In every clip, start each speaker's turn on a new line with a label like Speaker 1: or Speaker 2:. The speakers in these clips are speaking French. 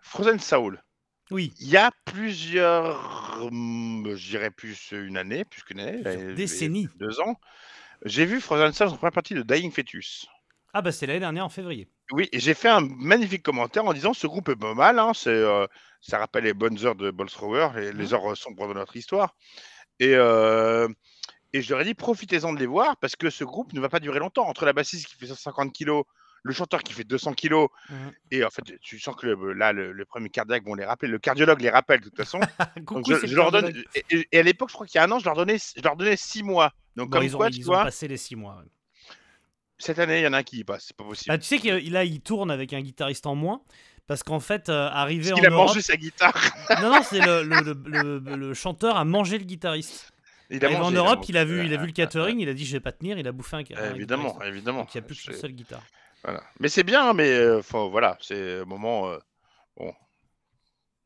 Speaker 1: Frozen Soul.
Speaker 2: Oui.
Speaker 1: Il y a plusieurs, hum, je dirais plus une année, plus qu'une année,
Speaker 2: Plusieurs
Speaker 1: elle est-
Speaker 2: décennies.
Speaker 1: deux ans, j'ai vu Frozen Soul en première partie de Dying Fetus.
Speaker 2: Ah bah c'était l'année dernière en février.
Speaker 1: Oui, et j'ai fait un magnifique commentaire en disant ce groupe est pas mal, hein, c'est, euh, ça rappelle les bonnes heures de Bolstrower, les, les heures sombres de notre histoire. Et, euh, et je leur ai dit profitez-en de les voir parce que ce groupe ne va pas durer longtemps. Entre la bassiste qui fait 150 kilos, le chanteur qui fait 200 kilos,
Speaker 2: Mhm.
Speaker 1: et en fait, tu sens que le- là, le, le premier cardiaque vont les rappeler, le cardiologue les rappelle de toute façon.
Speaker 2: Coucou,
Speaker 1: Donc, je-
Speaker 2: c'est
Speaker 1: je
Speaker 2: le
Speaker 1: leur donne,
Speaker 2: cardiologue.
Speaker 1: et, et- et à l'époque, je crois qu'il y a un an, je leur donnais, je leur donnais six mois. Donc,
Speaker 2: Bon,
Speaker 1: comme
Speaker 2: ils ont,
Speaker 1: quoi, tu
Speaker 2: ils ont
Speaker 1: vois,
Speaker 2: passé les six mois. ouais.
Speaker 1: cette année, il y en a un qui y passe, c'est pas possible.
Speaker 2: Bah, tu sais qu'il là, il tourne avec un guitariste en moins. Parce qu'en fait, euh, arrivé en
Speaker 1: il a
Speaker 2: Europe...
Speaker 1: mangé sa guitare.
Speaker 2: Non, non, c'est le, le- le- le- le chanteur a mangé le guitariste.
Speaker 1: Il a
Speaker 2: Arrivé en
Speaker 1: mangé,
Speaker 2: Europe,
Speaker 1: mangé.
Speaker 2: il a vu, il a vu
Speaker 1: Euh,
Speaker 2: le catering, il a dit je vais pas tenir, il a bouffé un, un
Speaker 1: euh, évidemment,
Speaker 2: guitariste.
Speaker 1: évidemment.
Speaker 2: Donc il n'y a plus qu'une
Speaker 1: C'est-
Speaker 2: seule guitare.
Speaker 1: voilà. Mais c'est bien, mais euh, faut- voilà, c'est un moment. euh,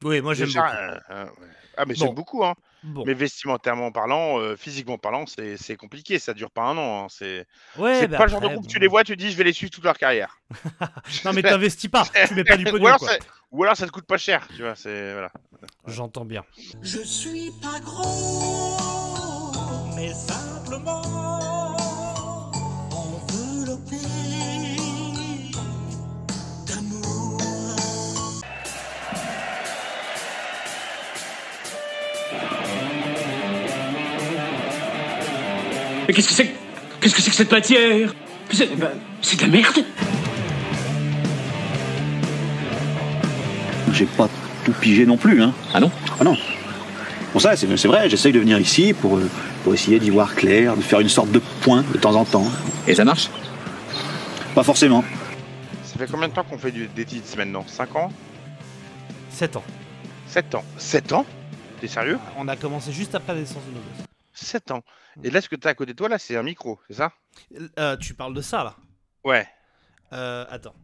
Speaker 2: Oui, moi j'aime
Speaker 1: déjà,
Speaker 2: beaucoup.
Speaker 1: euh, hein, ouais. Ah, mais
Speaker 2: Bon.
Speaker 1: j'aime beaucoup, hein.
Speaker 2: Bon.
Speaker 1: Mais vestimentairement parlant, euh, physiquement parlant, c'est c'est compliqué, ça dure pas un an. hein, C'est
Speaker 2: Ouais,
Speaker 1: c'est
Speaker 2: bah
Speaker 1: pas le genre de
Speaker 2: après,
Speaker 1: groupe,
Speaker 2: bon.
Speaker 1: tu les vois, tu dis, je vais les suivre toute leur carrière.
Speaker 2: Non, mais t'investis pas, tu mets pas du
Speaker 1: ou,
Speaker 2: pognon.
Speaker 1: alors,
Speaker 2: quoi.
Speaker 1: ça- ou alors ça te coûte pas cher, tu vois, c'est. Voilà.
Speaker 2: J'entends bien.
Speaker 3: Je suis pas gros, mais simplement enveloppé d'amour.
Speaker 4: Mais qu'est-ce que c'est que- Qu'est-ce que c'est que cette matière C'est bah, c'est de la merde
Speaker 5: J'ai pas tout pigé non plus, hein.
Speaker 4: Ah non
Speaker 5: Ah non. Bon ça, c'est c'est vrai, j'essaye de venir ici pour, euh, pour essayer d'y voir clair, de faire une sorte de point de temps en temps.
Speaker 4: Et ça marche
Speaker 5: Pas forcément.
Speaker 1: Ça fait combien de temps qu'on fait du- des titres maintenant 5 ans
Speaker 2: 7 ans.
Speaker 1: 7 ans 7 ans T'es sérieux
Speaker 2: On a commencé juste après la naissance de nos gosses.
Speaker 1: 7 ans. Et là, ce que t'as à côté de toi, là, c'est un micro, c'est ça
Speaker 2: Euh, tu parles de ça là
Speaker 1: Ouais.
Speaker 2: Euh, Attends.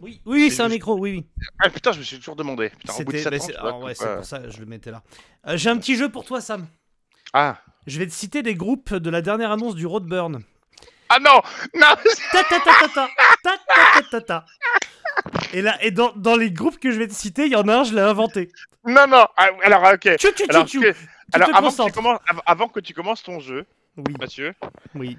Speaker 2: Oui, oui, oui,
Speaker 1: C'est
Speaker 2: c'est un
Speaker 1: juste-
Speaker 2: micro, oui, oui.
Speaker 1: Ah putain, je me suis toujours demandé. Putain, au bout de
Speaker 2: C'était-
Speaker 1: sept
Speaker 2: mais
Speaker 1: ans,
Speaker 2: c'est-
Speaker 1: tu vois, euh,
Speaker 2: alors,
Speaker 1: comme
Speaker 2: ouais, c'est
Speaker 1: quoi-
Speaker 2: pour ça que je le mettais là. Euh, J'ai un petit jeu pour toi, Sam.
Speaker 1: Ah.
Speaker 2: Je vais te citer des groupes de la dernière annonce du Roadburn.
Speaker 1: Ah non Non
Speaker 2: Ta ta ta ta ta ta ta ta ta ta. Et là, et dans, dans les groupes que je vais te citer, il y en a un, je l'ai inventé.
Speaker 1: Non, non ah, Alors, ok.
Speaker 2: Tchou tchou tchou
Speaker 1: Alors,
Speaker 2: tchou.
Speaker 1: que-
Speaker 2: te
Speaker 1: alors, avant, que tu
Speaker 2: concentres.
Speaker 1: commences, av- avant que tu commences ton jeu,
Speaker 2: Oui,
Speaker 1: Mathieu,
Speaker 2: oui. j'ai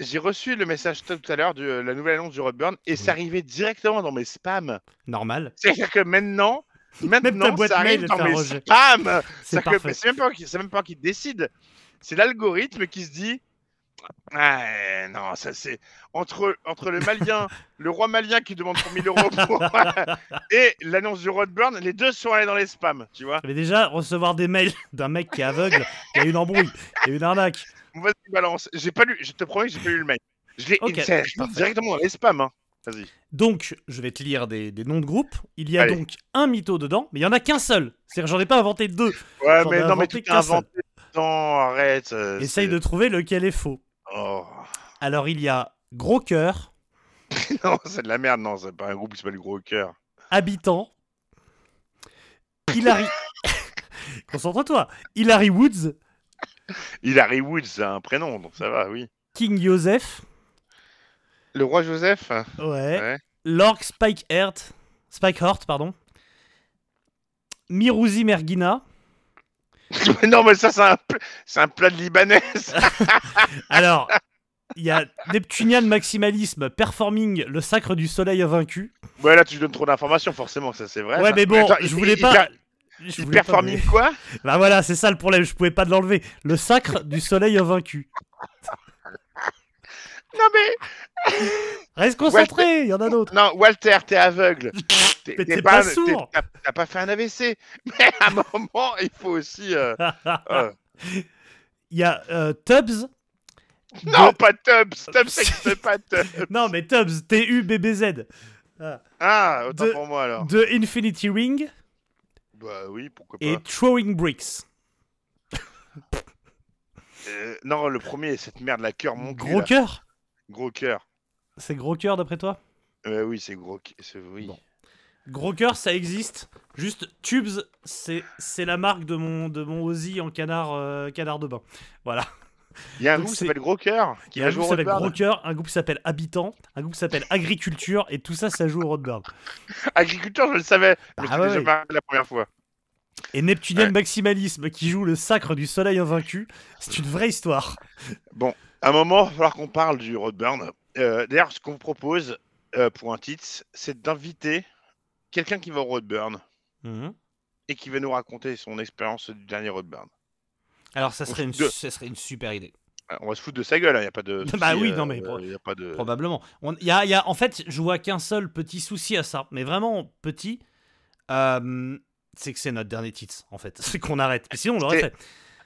Speaker 1: j'ai reçu le message tout à l'heure de euh, la nouvelle annonce du Roadburn et c'est arrivé directement dans mes spams.
Speaker 2: Normal.
Speaker 1: C'est-à-dire que maintenant,
Speaker 2: ta
Speaker 1: maintenant
Speaker 2: boîte
Speaker 1: ça arrive
Speaker 2: mail
Speaker 1: dans
Speaker 2: fait un
Speaker 1: mes
Speaker 2: rejet.
Speaker 1: spams
Speaker 2: C'est
Speaker 1: C'est-à-dire que-
Speaker 2: parfait.
Speaker 1: C'est même pas qui- c'est même pas qui décide, c'est l'algorithme qui se dit. Ah, non, ça c'est entre, entre le Malien, le roi malien qui demande pour 1000 euros pour- et l'annonce du Roadburn, les deux sont allés dans les spams, tu vois.
Speaker 2: Mais déjà, recevoir des mails d'un mec qui est aveugle, il y a une embrouille, il y a une arnaque.
Speaker 1: Vas-y, balance. J'ai pas lu, je te promets que j'ai pas lu le mail. Je l'ai
Speaker 2: Ok,
Speaker 1: c'est arrivé
Speaker 2: parfait.
Speaker 1: directement dans les spams. hein. Vas-y.
Speaker 2: Donc, je vais te lire des, des noms de groupes. Il y a
Speaker 1: Allez.
Speaker 2: donc un mytho dedans, mais il y en a qu'un seul. C'est-à-dire, j'en ai pas inventé deux.
Speaker 1: Ouais,
Speaker 2: J'en ai
Speaker 1: mais non, mais
Speaker 2: inventé
Speaker 1: tu
Speaker 2: qu'un
Speaker 1: t'as inventé. Non, arrête. euh,
Speaker 2: Essaye
Speaker 1: c'est-
Speaker 2: de trouver lequel est faux.
Speaker 1: Oh.
Speaker 2: Alors, il y a Gros Cœur,
Speaker 1: Non, c'est de la merde. Non, c'est pas un groupe qui s'appelle Gros Cœur.
Speaker 2: Habitant, Hilary. Concentre-toi. Hilary Woods,
Speaker 1: Hilary Woods, c'est un prénom, donc ça va, oui.
Speaker 2: King Joseph,
Speaker 1: Le roi Joseph
Speaker 2: ouais.
Speaker 1: Ouais.
Speaker 2: Lorg Spike Heart, Spike Heart, pardon. Mirouzi Mergina.
Speaker 1: Mais non, mais ça, c'est un, pl- c'est un plat de libanais. ça.
Speaker 2: Alors, il y a Neptunian Maximalisme, Performing, le sacre du soleil invaincu.
Speaker 1: ouais, là, tu donnes trop d'informations, forcément, ça, c'est vrai.
Speaker 2: Ouais,
Speaker 1: ça.
Speaker 2: mais bon,
Speaker 1: Attends,
Speaker 2: je
Speaker 1: il-
Speaker 2: voulais
Speaker 1: il-
Speaker 2: pas.
Speaker 1: Il,
Speaker 2: Je
Speaker 1: il
Speaker 2: voulais pas,
Speaker 1: performing
Speaker 2: mais-
Speaker 1: quoi
Speaker 2: Bah voilà, c'est ça le problème, je pouvais pas de l'enlever. Le sacre du soleil invaincu.
Speaker 1: Non, mais.
Speaker 2: Reste concentré, il y en a d'autres.
Speaker 1: Non, Walter, t'es aveugle. T'es
Speaker 2: Mais
Speaker 1: t'es
Speaker 2: t'es pas
Speaker 1: t'es-
Speaker 2: sourd.
Speaker 1: T'as t'as pas fait un AVC. Mais à un moment, il faut aussi. euh,
Speaker 2: Ah.
Speaker 1: euh,
Speaker 2: Il y a euh, Tubbs.
Speaker 1: Non,
Speaker 2: de-
Speaker 1: pas Tubbs. Tubbs, c'est pas Tubbs.
Speaker 2: Non, mais Tubbs, T-U-B-B-Z.
Speaker 1: Ah, autant
Speaker 2: de-
Speaker 1: pour moi alors.
Speaker 2: De Infinity Ring
Speaker 1: Bah oui, pourquoi pas.
Speaker 2: et Throwing Bricks.
Speaker 1: Euh, non, le premier, cette merde, la cœur, mon cul,
Speaker 2: Gros
Speaker 1: là.
Speaker 2: cœur
Speaker 1: Gros cœur.
Speaker 2: C'est gros cœur d'après toi
Speaker 1: Euh, oui, c'est gros. cu- c'est- Oui.
Speaker 2: Bon. Gros cœur, ça existe. Juste Tubbs, c'est c'est la marque de mon, de mon Ozzy en canard, euh, canard de bain. Voilà.
Speaker 1: Il y a un
Speaker 2: Donc
Speaker 1: groupe qui
Speaker 2: c'est-
Speaker 1: s'appelle Gros Cœur qui
Speaker 2: Il y a
Speaker 1: va
Speaker 2: un
Speaker 1: jouer au
Speaker 2: groupe qui s'appelle
Speaker 1: Rockburn.
Speaker 2: Gros Cœur, un groupe qui s'appelle Habitant, un groupe qui s'appelle Agriculture, et tout ça, ça joue au Roadburn.
Speaker 1: Agriculteur, je le savais.
Speaker 2: Bah
Speaker 1: je
Speaker 2: ouais,
Speaker 1: l'ai
Speaker 2: ouais.
Speaker 1: jamais arrêté la première fois.
Speaker 2: Et Neptunian Maximalisme, qui joue le sacre du soleil invaincu, c'est une vraie histoire.
Speaker 1: À un moment, il va falloir qu'on parle du Roadburn. Euh, D'ailleurs, ce qu'on vous propose euh, pour un titre, c'est d'inviter quelqu'un qui va au Roadburn
Speaker 2: Mhm.
Speaker 1: et qui va nous raconter son expérience du dernier Roadburn.
Speaker 6: Alors, ça serait, une,
Speaker 1: Deux.
Speaker 6: ça serait une super idée.
Speaker 1: Alors, Euh, on va se foutre de sa gueule, il n'y a pas de.
Speaker 2: Bah
Speaker 1: souci, euh,
Speaker 2: oui, non, mais pro-
Speaker 1: y a pas de.
Speaker 6: Probablement.
Speaker 2: On- y a- y a- en fait, je vois qu'un seul petit souci à ça, mais vraiment petit, euh, c'est que c'est notre dernier titre, en fait. C'est qu'on arrête. Mais sinon, on l'aurait
Speaker 1: C'est-
Speaker 2: fait.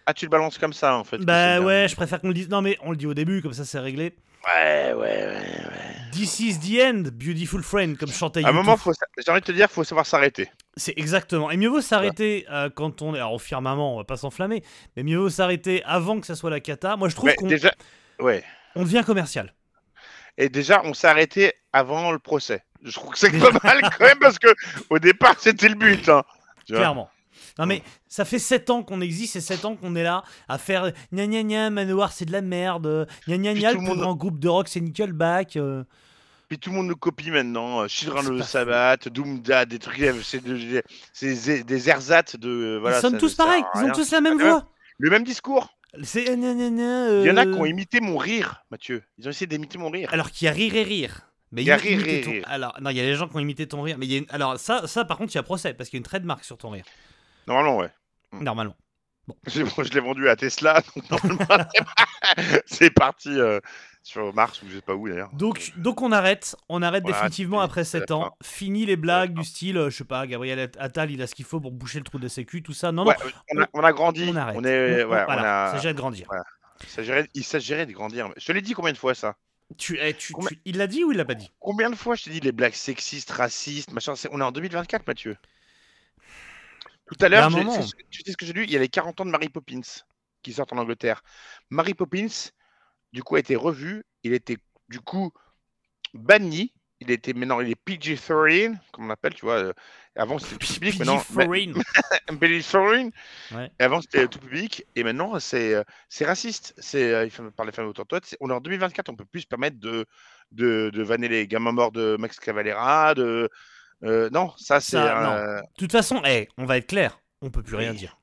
Speaker 1: Ah, tu le balances comme ça, en fait. que c'est
Speaker 2: Bah
Speaker 1: le
Speaker 2: ouais, je préfère qu'on le dise. Non, mais on le dit au début, comme ça, c'est réglé.
Speaker 1: dernier. Ouais, ouais, ouais. ouais.
Speaker 2: This is the end, beautiful friend, comme chantait
Speaker 1: À un
Speaker 2: U2.
Speaker 1: moment, faut sa- j'ai envie de te dire, faut savoir s'arrêter.
Speaker 2: C'est exactement. Et mieux vaut s'arrêter euh, quand on est. Alors, au firmament, on va pas s'enflammer, mais mieux vaut s'arrêter avant que ça soit la cata. Moi, je trouve
Speaker 1: Mais
Speaker 2: qu'on
Speaker 1: déjà, ouais.
Speaker 2: on devient commercial.
Speaker 1: Et déjà, on s'est arrêté avant le procès. Je trouve que c'est pas mal quand même parce que au départ, c'était le but. hein. Tu vois
Speaker 2: Clairement. Non mais ça fait 7 ans qu'on existe et 7 ans qu'on est là à faire gna gna gna Manoir c'est de la merde, gna gna
Speaker 1: Puis
Speaker 2: gna
Speaker 1: tout
Speaker 2: le
Speaker 1: le
Speaker 2: plus
Speaker 1: monde-
Speaker 2: grand groupe de rock c'est Nickelback. euh.
Speaker 1: Puis tout le monde nous copie maintenant. euh, Children
Speaker 2: C'est
Speaker 1: of the
Speaker 2: pas fou.
Speaker 1: Sabbath, Doomda, des trucs, euh, c'est de- c'est des, des ersatz de. euh, Voilà,
Speaker 2: ils sonnent
Speaker 1: ça ne
Speaker 2: tous
Speaker 1: sert à
Speaker 2: pareils, ils
Speaker 1: rien.
Speaker 2: ont tous la même
Speaker 1: Ah,
Speaker 2: voix.
Speaker 1: Le même discours.
Speaker 2: C'est gna gna gna,
Speaker 1: Il y en a qui
Speaker 2: euh,
Speaker 1: ont imité mon rire, Mathieu. Ils ont essayé d'imiter mon rire.
Speaker 2: Alors qu'il y a rire et rire. Mais
Speaker 1: Il y a
Speaker 2: imi-
Speaker 1: rire et
Speaker 2: imiter ton-
Speaker 1: rire.
Speaker 2: Alors non, il y a les gens qui ont imité ton rire. Mais il y a une- alors ça, ça par contre, il y a procès parce qu'il y a une trademark sur ton rire.
Speaker 1: Normalement, ouais.
Speaker 2: Normalement.
Speaker 1: J'ai- moi, je l'ai vendu à Tesla, donc normalement, c'est parti euh, sur Mars ou je sais pas où d'ailleurs.
Speaker 2: Donc, donc on arrête, on arrête
Speaker 1: Voilà,
Speaker 2: définitivement
Speaker 1: c'est-
Speaker 2: après
Speaker 1: c'est la
Speaker 2: 7 ans.
Speaker 1: fin.
Speaker 2: Fini les blagues du style, euh, je sais pas, Gabriel Attal, il a ce qu'il faut pour boucher le trou de la sécu, tout ça. Non, non,
Speaker 1: Ouais, on, a, on a grandi.
Speaker 2: on arrête.
Speaker 1: est,
Speaker 2: On- on-
Speaker 1: ouais, on
Speaker 2: voilà,
Speaker 1: a-
Speaker 2: ça gère de grandir.
Speaker 1: il s'agirait- il s'agirait de grandir. Je te l'ai dit combien de fois ça
Speaker 2: Tu, eh, tu-
Speaker 1: Combien-
Speaker 2: tu- il l'a dit ou il l'a pas dit
Speaker 1: Combien de fois je t'ai dit les blagues sexistes, racistes, machin c'est- On est en 2024, Mathieu. Tout à
Speaker 2: y a
Speaker 1: l'heure,
Speaker 2: un
Speaker 1: j'ai-
Speaker 2: moment.
Speaker 1: c'est ce que- tu sais ce que j'ai lu Il y a les 40 ans de Mary Poppins qui sortent en Angleterre. Mary Poppins, du coup, a été revu. Il était, du coup, banni. Il était maintenant, il est PG-13, comme on appelle, tu vois. euh, Avant, c'était tout public.
Speaker 2: PG
Speaker 1: Maintenant, ma-
Speaker 2: Foreign.
Speaker 1: PG-13.
Speaker 2: Ouais.
Speaker 1: Et avant, c'était tout public. Et maintenant, c'est euh, c'est raciste. C'est euh, il faut parler femme autochtone. C'est- On est en 2024. On peut plus se permettre de, de, de vanner les gamins morts de Max Cavalera. De, euh, non, ça, c'est.
Speaker 2: Ça, non.
Speaker 1: euh,
Speaker 2: De toute façon, eh, on va être clair, on peut plus
Speaker 1: Oui.
Speaker 2: rien dire.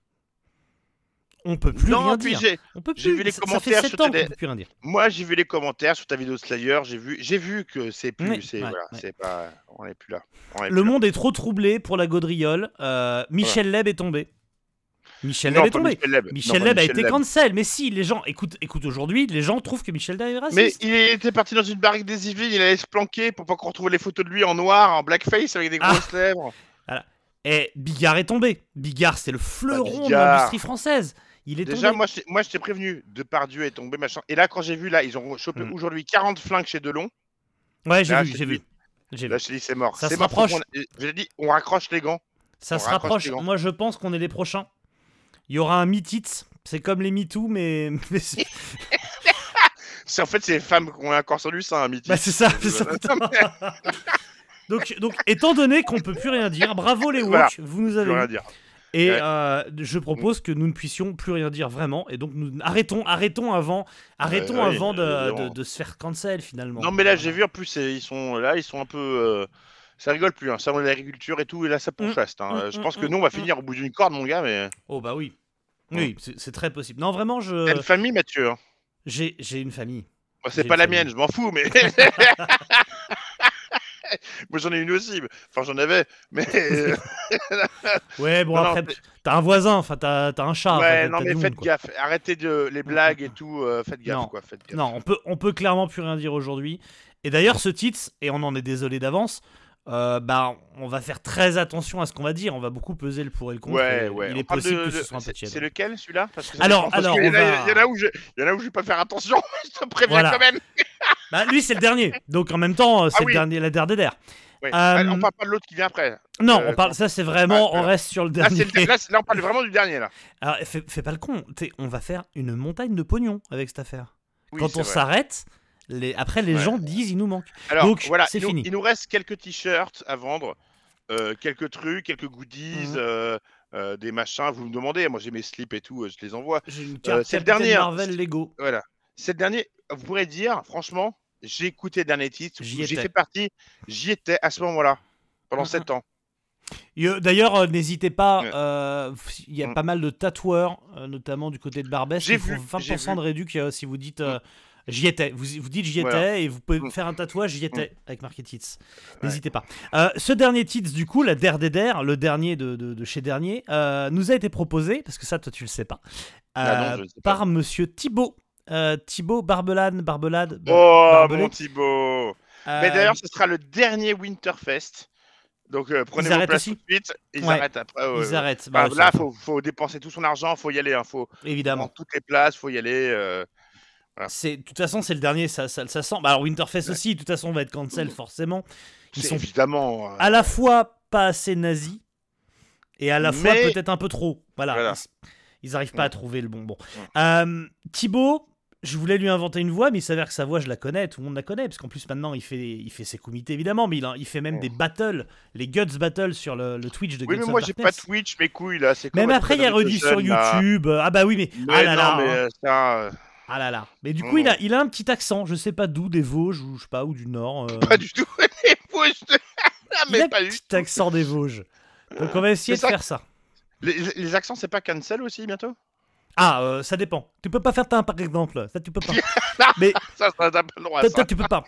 Speaker 2: On peut plus
Speaker 1: non,
Speaker 2: rien
Speaker 1: puis
Speaker 2: dire.
Speaker 1: j'ai-
Speaker 2: On peut
Speaker 1: j'ai
Speaker 2: plus-
Speaker 1: vu les
Speaker 2: ça, ça fait
Speaker 1: commentaires
Speaker 2: 7
Speaker 1: sur
Speaker 2: ans qu'on
Speaker 1: TD.
Speaker 2: peut plus rien dire.
Speaker 1: Moi, j'ai vu les commentaires sur ta vidéo Slayer. J'ai vu, j'ai vu que c'est plus.
Speaker 2: Oui,
Speaker 1: c'est
Speaker 2: ouais,
Speaker 1: voilà,
Speaker 2: ouais.
Speaker 1: c'est pas. On n'est plus là. On est
Speaker 2: Le
Speaker 1: plus là.
Speaker 2: monde est trop troublé pour la gaudriole. euh, Michel Leb est tombé. Michel
Speaker 1: Non,
Speaker 2: Leb est
Speaker 1: pas
Speaker 2: tombé.
Speaker 1: Michel Leb.
Speaker 2: Michel
Speaker 1: Non, pas
Speaker 2: Leb a
Speaker 1: Michel
Speaker 2: été cancel, mais si les gens écoute, écoute aujourd'hui, les gens trouvent que Michel Leb est
Speaker 1: Mais
Speaker 2: raciste.
Speaker 1: il était parti dans une baraque des civils, il allait se planquer pour pas qu'on retrouve les photos de lui en noir, en blackface, avec des
Speaker 2: Ah.
Speaker 1: grosses lèvres.
Speaker 2: Et Eh, Bigard est tombé. Bigard, c'est le fleuron de
Speaker 1: Bah, Bigard.
Speaker 2: l'industrie française. Il est
Speaker 1: Déjà,
Speaker 2: tombé.
Speaker 1: moi, je t'ai- moi, je t'ai prévenu, Depardieu est tombé, machin. Et là, quand j'ai vu, là, ils ont chopé
Speaker 2: Mm.
Speaker 1: aujourd'hui 40 flingues chez Delon.
Speaker 2: ouais, j'ai
Speaker 1: là,
Speaker 2: vu,
Speaker 1: je
Speaker 2: j'ai
Speaker 1: dis-
Speaker 2: vu. J'ai vu.
Speaker 1: Là, je t'ai dit, c'est mort.
Speaker 2: Ça
Speaker 1: C'est
Speaker 2: se
Speaker 1: mort, faut
Speaker 2: rapproche.
Speaker 1: qu'on- J'ai dit, on raccroche les gants.
Speaker 2: Ça
Speaker 1: On
Speaker 2: se
Speaker 1: raccroche
Speaker 2: rapproche.
Speaker 1: les gants.
Speaker 2: Moi, je pense qu'on est les prochains. Il y aura un meet-it. C'est comme les MeToo, mais. mais c'est-
Speaker 1: C'est en fait, c'est les femmes qui ont un corps sur lui, ça, hein, un mythique.
Speaker 2: bah, c'est ça. c'est ça. donc, donc, étant donné qu'on peut plus rien dire, bravo les woke,
Speaker 1: Voilà.
Speaker 2: vous nous
Speaker 1: Je veux
Speaker 2: avez.
Speaker 1: rien
Speaker 2: eu.
Speaker 1: dire.
Speaker 2: Et
Speaker 1: Ouais.
Speaker 2: euh, je propose que nous ne puissions plus rien dire vraiment. Et donc, nous arrêtons, arrêtons avant, arrêtons
Speaker 1: ouais,
Speaker 2: avant de,
Speaker 1: Euh, évidemment.
Speaker 2: de- de se faire cancel finalement.
Speaker 1: Non, mais là, j'ai vu, en plus, c'est- ils sont là, ils sont un peu. euh, Ça rigole plus, hein. ça de l'agriculture et tout, et là ça pourchasse. hein.
Speaker 2: mm,
Speaker 1: je pense
Speaker 2: mm,
Speaker 1: que nous on va finir au bout d'une corde, mon gars, mais.
Speaker 2: Oh bah oui. Oui, c'est c'est très possible. Non, vraiment,
Speaker 1: T'as
Speaker 2: je
Speaker 1: une famille, Mathieu. hein.
Speaker 2: j'ai j'ai une famille.
Speaker 1: Moi, c'est
Speaker 2: J'ai
Speaker 1: pas
Speaker 2: une
Speaker 1: la
Speaker 2: famille.
Speaker 1: mienne, je m'en fous, mais. Moi, j'en ai une aussi. mais- Enfin, j'en avais, mais. euh,
Speaker 2: Ouais, bon
Speaker 1: Non, non,
Speaker 2: après, t'as un voisin, enfin t'as t'as un chat. enfin,
Speaker 1: ouais,
Speaker 2: Ah, t'as-
Speaker 1: non,
Speaker 2: t'as
Speaker 1: mais
Speaker 2: du
Speaker 1: faites
Speaker 2: monde, quoi.
Speaker 1: gaffe. Arrêtez de... les blagues et tout. euh, faites gaffe,
Speaker 2: Non.
Speaker 1: quoi. Faites gaffe.
Speaker 2: Non, on peut, on peut clairement plus rien dire aujourd'hui. Et d'ailleurs, ce titre, et on en est désolé d'avance, euh, bah, on va faire très attention à ce qu'on va dire. On va beaucoup peser le pour et le contre.
Speaker 1: Ouais,
Speaker 2: et
Speaker 1: ouais.
Speaker 2: Il
Speaker 1: on
Speaker 2: est
Speaker 1: parle
Speaker 2: possible
Speaker 1: de-
Speaker 2: que ce
Speaker 1: de-
Speaker 2: soit un peu
Speaker 1: c'est-
Speaker 2: tiède.
Speaker 1: C'est lequel, celui-là Parce que ça
Speaker 2: Alors,
Speaker 1: dépend, parce
Speaker 2: alors,
Speaker 1: qu'il y, en
Speaker 2: on
Speaker 1: a-
Speaker 2: va-
Speaker 1: il y en a où je- il y en a où je vais pas faire attention. je te préviens
Speaker 2: Voilà.
Speaker 1: quand même.
Speaker 2: Bah, lui, c'est le dernier. Donc en même temps, euh, c'est
Speaker 1: Ah
Speaker 2: le
Speaker 1: oui.
Speaker 2: dernier, la dernière der.
Speaker 1: Ouais.
Speaker 2: Euh,
Speaker 1: Allez, On parle pas de l'autre qui vient après.
Speaker 2: Non,
Speaker 1: Euh,
Speaker 2: on parle. Ça, c'est vraiment.
Speaker 1: ouais,
Speaker 2: on
Speaker 1: euh,
Speaker 2: reste sur le
Speaker 1: Là,
Speaker 2: dernier.
Speaker 1: c'est le- là, c'est- là, on parle vraiment du dernier, là.
Speaker 2: Alors, fais, fais pas le con. t'sais, on va faire une montagne de pognon avec cette affaire.
Speaker 1: Oui,
Speaker 2: Quand
Speaker 1: c'est
Speaker 2: on
Speaker 1: vrai.
Speaker 2: s'arrête, les... après, les
Speaker 1: Ouais.
Speaker 2: gens disent il nous manque.
Speaker 1: Alors,
Speaker 2: donc,
Speaker 1: voilà,
Speaker 2: c'est
Speaker 1: il nous-
Speaker 2: fini.
Speaker 1: il nous reste quelques t-shirts à vendre. euh, quelques trucs, quelques goodies,
Speaker 2: Mhm.
Speaker 1: euh, euh, des machins. Vous me demandez, moi j'ai mes slips et tout, euh, je les envoie.
Speaker 2: J'ai une carte
Speaker 1: c'est le
Speaker 2: Captain
Speaker 1: dernier, hein.
Speaker 2: Marvel Lego.
Speaker 1: Voilà. C'est le dernier, vous pourrez dire, franchement, j'ai écouté le dernier titre,
Speaker 2: J'y
Speaker 1: j'ai
Speaker 2: étais.
Speaker 1: fait partie, j'y étais à ce moment-là, pendant
Speaker 2: Mhm.
Speaker 1: 7 ans.
Speaker 2: Et, euh, D'ailleurs, euh, n'hésitez pas,
Speaker 1: Ouais.
Speaker 2: euh, f- il y a
Speaker 1: Mm.
Speaker 2: pas mal de tatoueurs, euh, notamment du côté de Barbès,
Speaker 1: J'ai
Speaker 2: qui font
Speaker 1: vu, j'ai
Speaker 2: 20% de réduc euh, si vous dites euh, j'y étais. Vous, vous dites j'y étais
Speaker 1: Voilà.
Speaker 2: et vous pouvez
Speaker 1: Mm.
Speaker 2: faire un tatouage j'y étais avec marqué Tits. N'hésitez pas. Euh, ce dernier Tits, du coup, la Der des Der, le dernier de, de- de chez Dernier, euh, nous a été proposé, parce que ça, toi, tu le sais pas,
Speaker 1: Ah non,
Speaker 2: euh,
Speaker 1: je le sais pas.
Speaker 2: par monsieur Thibaut. Euh, Thibaut Barbelane, Barbelade. Bar-
Speaker 1: Oh,
Speaker 2: Bah, Barbelé.
Speaker 1: mon Thibaut
Speaker 2: Euh,
Speaker 1: Mais d'ailleurs, ce sera le dernier Winterfest. Donc euh, prenez
Speaker 2: Ils
Speaker 1: vos
Speaker 2: arrêtent
Speaker 1: places
Speaker 2: aussi
Speaker 1: tout de suite. Ils
Speaker 2: Ouais.
Speaker 1: arrêtent après. ouais, ouais.
Speaker 2: ils arrêtent.
Speaker 1: Bah,
Speaker 2: Bah,
Speaker 1: là,
Speaker 2: ça,
Speaker 1: faut, faut dépenser tout son argent, faut y aller. Hein, faut
Speaker 2: évidemment.
Speaker 1: prendre toutes les places, faut y aller. euh,
Speaker 2: C'est de toute façon c'est le dernier, ça, ça, ça sent. Bah, alors Winterfest aussi, de toute façon va être cancel forcément. Ils
Speaker 1: c'est
Speaker 2: sont Ah,
Speaker 1: évidemment. euh,
Speaker 2: à la fois pas assez nazis et à la fois
Speaker 1: Mais-
Speaker 2: peut-être un peu trop. Voilà.
Speaker 1: Voilà.
Speaker 2: Ils n'arrivent pas
Speaker 1: Ouais.
Speaker 2: à trouver le bon. bon. Euh, Thibaut, je voulais lui inventer une voix, mais il s'avère que sa voix, je la connais, tout le monde la connaît, parce qu'en plus maintenant, il fait, il fait ses comités évidemment, mais il, en- il fait même
Speaker 1: Ouais.
Speaker 2: des battles, les Guts Battles sur le, le Twitch de
Speaker 1: Oui, mais
Speaker 2: Guts and
Speaker 1: moi j'ai pas
Speaker 2: Darkness.
Speaker 1: Twitch, mes couilles là. C'est
Speaker 2: Même
Speaker 1: comme
Speaker 2: après, il y a
Speaker 1: Attack of the
Speaker 2: redit sur
Speaker 1: Sun, là.
Speaker 2: YouTube. Ah bah oui, mais.
Speaker 1: Mais
Speaker 2: ah là
Speaker 1: non,
Speaker 2: là,
Speaker 1: mais
Speaker 2: hein.
Speaker 1: euh, ça, euh,
Speaker 2: Ah là là. Mais du coup, il, a,
Speaker 1: Oh.
Speaker 2: il a un petit accent, je sais pas d'où, des Vosges ou je sais pas, ou du Nord. euh,
Speaker 1: pas du tout. les pouces de- Ah,
Speaker 2: il a
Speaker 1: mais
Speaker 2: un
Speaker 1: pas du
Speaker 2: petit accent des Vosges. Donc on va essayer de
Speaker 1: ça-
Speaker 2: faire ça.
Speaker 1: Les, les accents, c'est pas cancel aussi bientôt
Speaker 2: Ah, euh, ça dépend. Tu peux pas faire ta par exemple. Ça, tu peux pas.
Speaker 1: Ça, ça t'as pas le droit.
Speaker 2: Toi,
Speaker 1: Ça.
Speaker 2: toi, tu peux pas.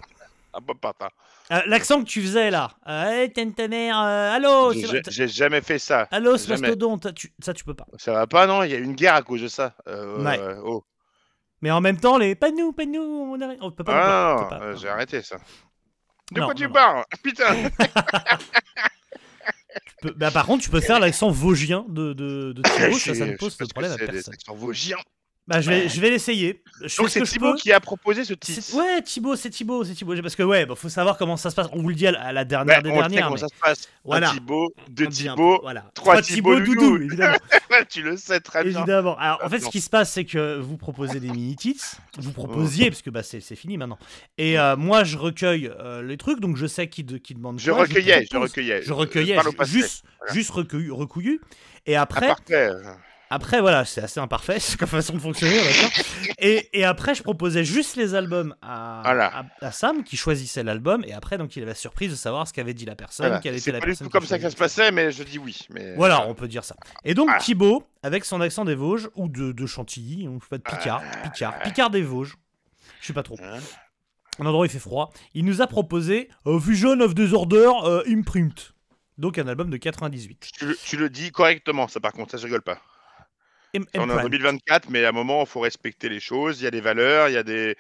Speaker 1: Ah, bah, pas, pas.
Speaker 2: Euh, L'accent que tu faisais là. Euh, Hey, t'es une ta mère, euh, allô, c'est-
Speaker 1: J'ai j'ai jamais fait ça.
Speaker 2: allô, ce
Speaker 1: jamais.
Speaker 2: mastodonte. Tu- Ça, tu peux pas.
Speaker 1: Ça va pas, non Il y a eu une guerre à cause de ça. Euh,
Speaker 2: Ouais.
Speaker 1: euh, oh.
Speaker 2: Mais en même temps, les pas nous, pas nous, on, arrête- on peut pas.
Speaker 1: Ah,
Speaker 2: on peut
Speaker 1: non,
Speaker 2: pas, on peut
Speaker 1: euh,
Speaker 2: pas.
Speaker 1: j'ai arrêté ça. De
Speaker 2: Non,
Speaker 1: quoi tu
Speaker 2: non, non.
Speaker 1: parles Putain
Speaker 2: Tu peux- bah, par contre, tu peux faire l'accent vosgien de, de, de Thibaut,
Speaker 1: Je
Speaker 2: ça,
Speaker 1: sais-
Speaker 2: ça ne
Speaker 1: Oh, je
Speaker 2: pose
Speaker 1: sais
Speaker 2: de
Speaker 1: pas ce que
Speaker 2: problème à
Speaker 1: c'est, des
Speaker 2: personne.
Speaker 1: accents vosgiens.
Speaker 2: Bah, je vais, je vais l'essayer. Je fais
Speaker 1: Donc
Speaker 2: ce
Speaker 1: c'est
Speaker 2: que je
Speaker 1: Thibaut
Speaker 2: peux.
Speaker 1: qui a proposé ce titre.
Speaker 2: C'est- Ouais, Thibaut, c'est Thibaut, c'est Thibaut. Parce que ouais, bah, faut savoir comment ça se passe. On vous le dit à la, à la
Speaker 1: Ouais,
Speaker 2: dernière
Speaker 1: Ben,
Speaker 2: des
Speaker 1: on sait
Speaker 2: dernières.
Speaker 1: comment
Speaker 2: mais
Speaker 1: ça se passe.
Speaker 2: Voilà.
Speaker 1: Un Thibaut, deux
Speaker 2: on dit un peu,
Speaker 1: Thibaut.
Speaker 2: voilà.
Speaker 1: trois
Speaker 2: Thibaut,
Speaker 1: Thibaut,
Speaker 2: doudou,
Speaker 1: loulou.
Speaker 2: évidemment.
Speaker 1: tu le sais très bien.
Speaker 2: Évidemment. Alors, en fait, ce
Speaker 1: Attends.
Speaker 2: qui se passe, c'est que vous proposez des mini-tits,
Speaker 1: Oh.
Speaker 2: vous proposiez, parce que bah, c'est c'est fini maintenant. Et euh, moi, je recueille euh, les trucs, donc je sais qui, de, qui demande
Speaker 1: Je
Speaker 2: quoi,
Speaker 1: recueillais, je
Speaker 2: propose.
Speaker 1: recueillais. Euh,
Speaker 2: Je recueillais,
Speaker 1: parle au
Speaker 2: ju-
Speaker 1: passé.
Speaker 2: juste, juste recueillu, recouillu. Et
Speaker 1: Ah,
Speaker 2: après,
Speaker 1: parfait.
Speaker 2: après, voilà, c'est assez imparfait comme façon de fonctionner, on est d'accord. Et, et après, je proposais juste les albums à,
Speaker 1: Voilà.
Speaker 2: à, à Sam, qui choisissait l'album. Et après, donc, il avait la surprise de savoir ce qu'avait dit la personne,
Speaker 1: Voilà.
Speaker 2: quelle était
Speaker 1: C'est
Speaker 2: la
Speaker 1: pas du
Speaker 2: personne.
Speaker 1: tout
Speaker 2: qui
Speaker 1: comme ça que ça se
Speaker 2: choisissait.
Speaker 1: passait, mais je dis oui. Mais...
Speaker 2: Voilà, on peut dire ça. Et donc,
Speaker 1: Ah.
Speaker 2: Thibaut, avec son accent des Vosges, ou de, de Chantilly, ou je sais pas, de Picard, Picard, Picard des Vosges, je sais pas trop.
Speaker 1: Hein.
Speaker 2: Un endroit où il fait froid, il nous a proposé euh, Vision of Disorder euh, Imprint. Donc, un album de 98.
Speaker 1: Tu, le- tu le dis correctement, ça par contre, ça je rigole pas.
Speaker 2: Im-
Speaker 1: On est en
Speaker 2: Imprint.
Speaker 1: 2024, mais à un moment, il faut respecter les choses. Il y a des valeurs, il y a des.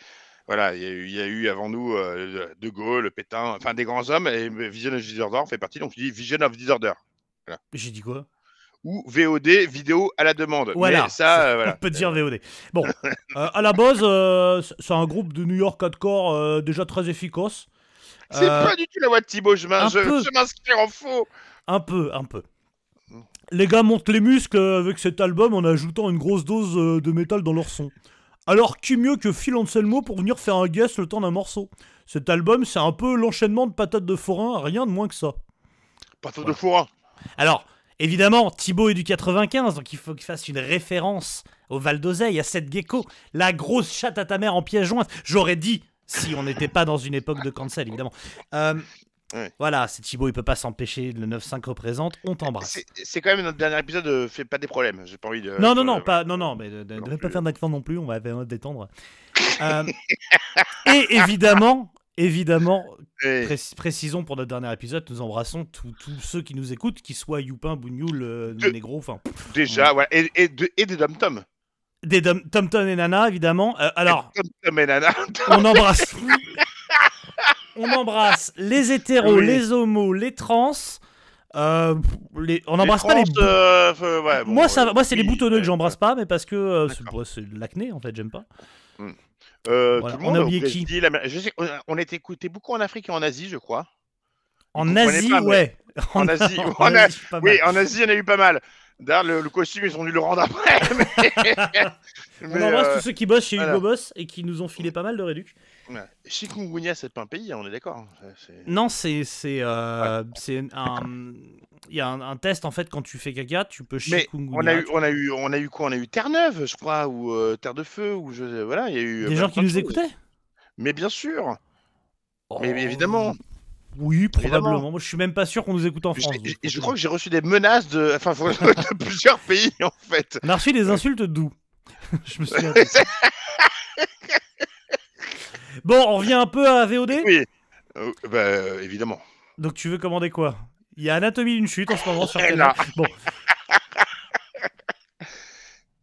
Speaker 1: Voilà, il y a eu, il y a eu avant nous euh, De Gaulle, Pétain, enfin des grands hommes, et Vision of Disorder en fait partie, donc tu dis Vision of Disorder.
Speaker 2: J'ai dit quoi
Speaker 1: Ou VOD, vidéo à la demande.
Speaker 2: Voilà.
Speaker 1: Mais ça, euh, voilà.
Speaker 2: On peut dire VOD. Bon, euh, à la base, euh, c- c'est un groupe de New York hardcore euh, déjà très efficace.
Speaker 1: C'est
Speaker 2: Euh,
Speaker 1: pas du tout la voix de Thibaut, je m'in-
Speaker 2: un
Speaker 1: je-
Speaker 2: peu.
Speaker 1: je m'inscris en faux.
Speaker 2: Un peu, un peu. Les gars montent les muscles euh, avec cet album en ajoutant une grosse dose euh, de métal dans leur son. Alors, qui mieux que Phil Anselmo pour venir faire un guest le temps d'un morceau Cet album, c'est un peu l'enchaînement de patates de forain, rien de moins que ça.
Speaker 1: Pas trop de fourrin.
Speaker 2: Alors, évidemment, Thibaut est du 95, donc il faut qu'il fasse une référence au Val d'Oseille, à cette gecko, la grosse chatte à ta mère en pièce jointe. J'aurais dit si on n'était pas dans une époque de cancel, évidemment. Euh,
Speaker 1: Ouais.
Speaker 2: Voilà, c'est Thibaut, il peut pas s'empêcher, le 9-5 représente, on t'embrasse.
Speaker 1: C'est c'est quand même notre dernier épisode, euh, fait pas des problèmes. J'ai pas envie de.
Speaker 2: Non, non, non,
Speaker 1: euh,
Speaker 2: pas, non, non, mais ne de,
Speaker 1: non
Speaker 2: de même pas
Speaker 1: plus.
Speaker 2: faire d'accent non plus, on va, on va détendre. Euh, et évidemment, évidemment,
Speaker 1: et-
Speaker 2: pré- précisons pour notre dernier épisode, nous embrassons tous tous ceux qui nous écoutent, qu'ils soient Youpin, Bougnoul, euh,
Speaker 1: De-
Speaker 2: Negro, enfin.
Speaker 1: Déjà, voilà. Et, et de- et des Dom Tom.
Speaker 2: Des Dom- Tom Tom et Nana, évidemment. Euh, alors,
Speaker 1: Dom Tom et Nana.
Speaker 2: on embrasse. on embrasse les hétéros,
Speaker 1: Oui.
Speaker 2: les homos, les trans. euh, les- On n'embrasse pas les.
Speaker 1: trans, euh, euh, ouais, bon,
Speaker 2: moi, ça, va-
Speaker 1: euh,
Speaker 2: moi, c'est les
Speaker 1: oui,
Speaker 2: boutonneux que
Speaker 1: euh,
Speaker 2: j'embrasse pas, mais parce que euh, c'est
Speaker 1: D'accord.
Speaker 2: bah, c'est de l'acné en fait, j'aime pas.
Speaker 1: Euh,
Speaker 2: Voilà,
Speaker 1: tout le
Speaker 2: on a
Speaker 1: monde au
Speaker 2: oublié qui
Speaker 1: Brésil, l'Amérique- je sais- on, on était écouté beaucoup en Afrique et en Asie, je crois.
Speaker 2: En
Speaker 1: comprenez
Speaker 2: Asie,
Speaker 1: pas, mais-
Speaker 2: ouais.
Speaker 1: en Asie,
Speaker 2: en
Speaker 1: on a-
Speaker 2: Asie, pas mal.
Speaker 1: Oui, en Asie, il y en a eu pas mal. D'ailleurs, le, le costume, ils ont dû le rendre après. mais-
Speaker 2: on embrasse
Speaker 1: mais, euh,
Speaker 2: tous ceux qui bossent chez
Speaker 1: voilà.
Speaker 2: Hugo Boss et qui nous ont filé pas mal de réduc.
Speaker 1: Ouais. Chikungunya, c'est pas un pays, hein, on est d'accord. hein. C'est- c'est-
Speaker 2: Non, c'est c'est euh, c'est un il y a un, un test en fait quand tu fais caca, tu peux
Speaker 1: Mais
Speaker 2: chikungunya.
Speaker 1: on a eu, on a eu, on a eu quoi On a eu Terre-Neuve, je crois, ou euh, Terre de Feu, ou je, voilà, il y a eu. euh,
Speaker 2: des
Speaker 1: plein
Speaker 2: gens
Speaker 1: de
Speaker 2: qui
Speaker 1: choses.
Speaker 2: nous écoutaient.
Speaker 1: Mais bien sûr, mais, mais
Speaker 2: Oh.
Speaker 1: évidemment.
Speaker 2: Oui,
Speaker 1: Évidemment.
Speaker 2: probablement. Moi, je suis même pas sûr qu'on nous écoute en
Speaker 1: J'ai-
Speaker 2: France.
Speaker 1: j'ai-
Speaker 2: donc,
Speaker 1: et je
Speaker 2: faut-
Speaker 1: crois que j'ai reçu des menaces de, enfin, de plusieurs pays en fait.
Speaker 2: On a reçu des insultes d'où Je me souviens. plus. bon, on revient un peu à VOD.
Speaker 1: Oui, Euh, bah, euh, évidemment.
Speaker 2: Donc tu veux commander quoi Il y a Anatomie d'une chute en ce moment sur
Speaker 1: Et
Speaker 2: Canal.
Speaker 1: là.
Speaker 2: Bon.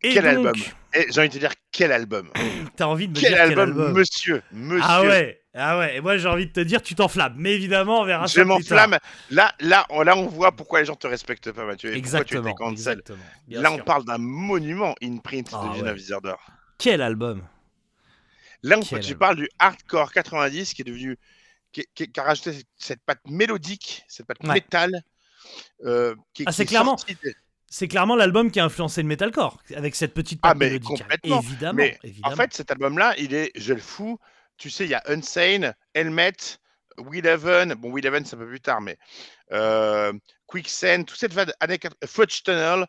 Speaker 2: Et
Speaker 1: Quel
Speaker 2: donc,
Speaker 1: album Et j'ai envie de te dire quel album
Speaker 2: T'as envie de me
Speaker 1: Quel
Speaker 2: dire quel
Speaker 1: album,
Speaker 2: album
Speaker 1: monsieur, monsieur.
Speaker 2: Ah ouais, ah ouais. Et moi j'ai envie de te dire, tu t'enflammes. Mais évidemment, on verra
Speaker 1: Je
Speaker 2: ah, ça plus tard.
Speaker 1: m'enflamme. Là, là, on, là, on voit pourquoi les gens te respectent pas, Mathieu. Et pourquoi
Speaker 2: Exactement.
Speaker 1: tu étais cancel.
Speaker 2: exactement. Bien
Speaker 1: Là, on
Speaker 2: sûr.
Speaker 1: parle d'un monument in print
Speaker 2: Ah
Speaker 1: de Gina
Speaker 2: ouais.
Speaker 1: Wizardor.
Speaker 2: Quel album
Speaker 1: Là, on,
Speaker 2: Quel
Speaker 1: tu
Speaker 2: album.
Speaker 1: parles du hardcore 90 qui est devenu. qui, qui- qui a rajouté cette, cette patte mélodique, cette patte
Speaker 2: Ouais.
Speaker 1: métal. euh, qui,
Speaker 2: Ah,
Speaker 1: qui
Speaker 2: c'est
Speaker 1: est
Speaker 2: clairement-
Speaker 1: sorti de-
Speaker 2: C'est clairement l'album qui a influencé le metalcore avec cette petite
Speaker 1: Ah,
Speaker 2: patte
Speaker 1: mais
Speaker 2: mélodique.
Speaker 1: complètement.
Speaker 2: Évidemment,
Speaker 1: Mais,
Speaker 2: évidemment.
Speaker 1: En fait, cet album-là, il est, je le fous, tu sais, il y a Unsane, Helmet, Eleven, bon, Eleven, c'est un peu plus tard, mais euh, Quicksand, toute cette vague années 80, Fudge Tunnel,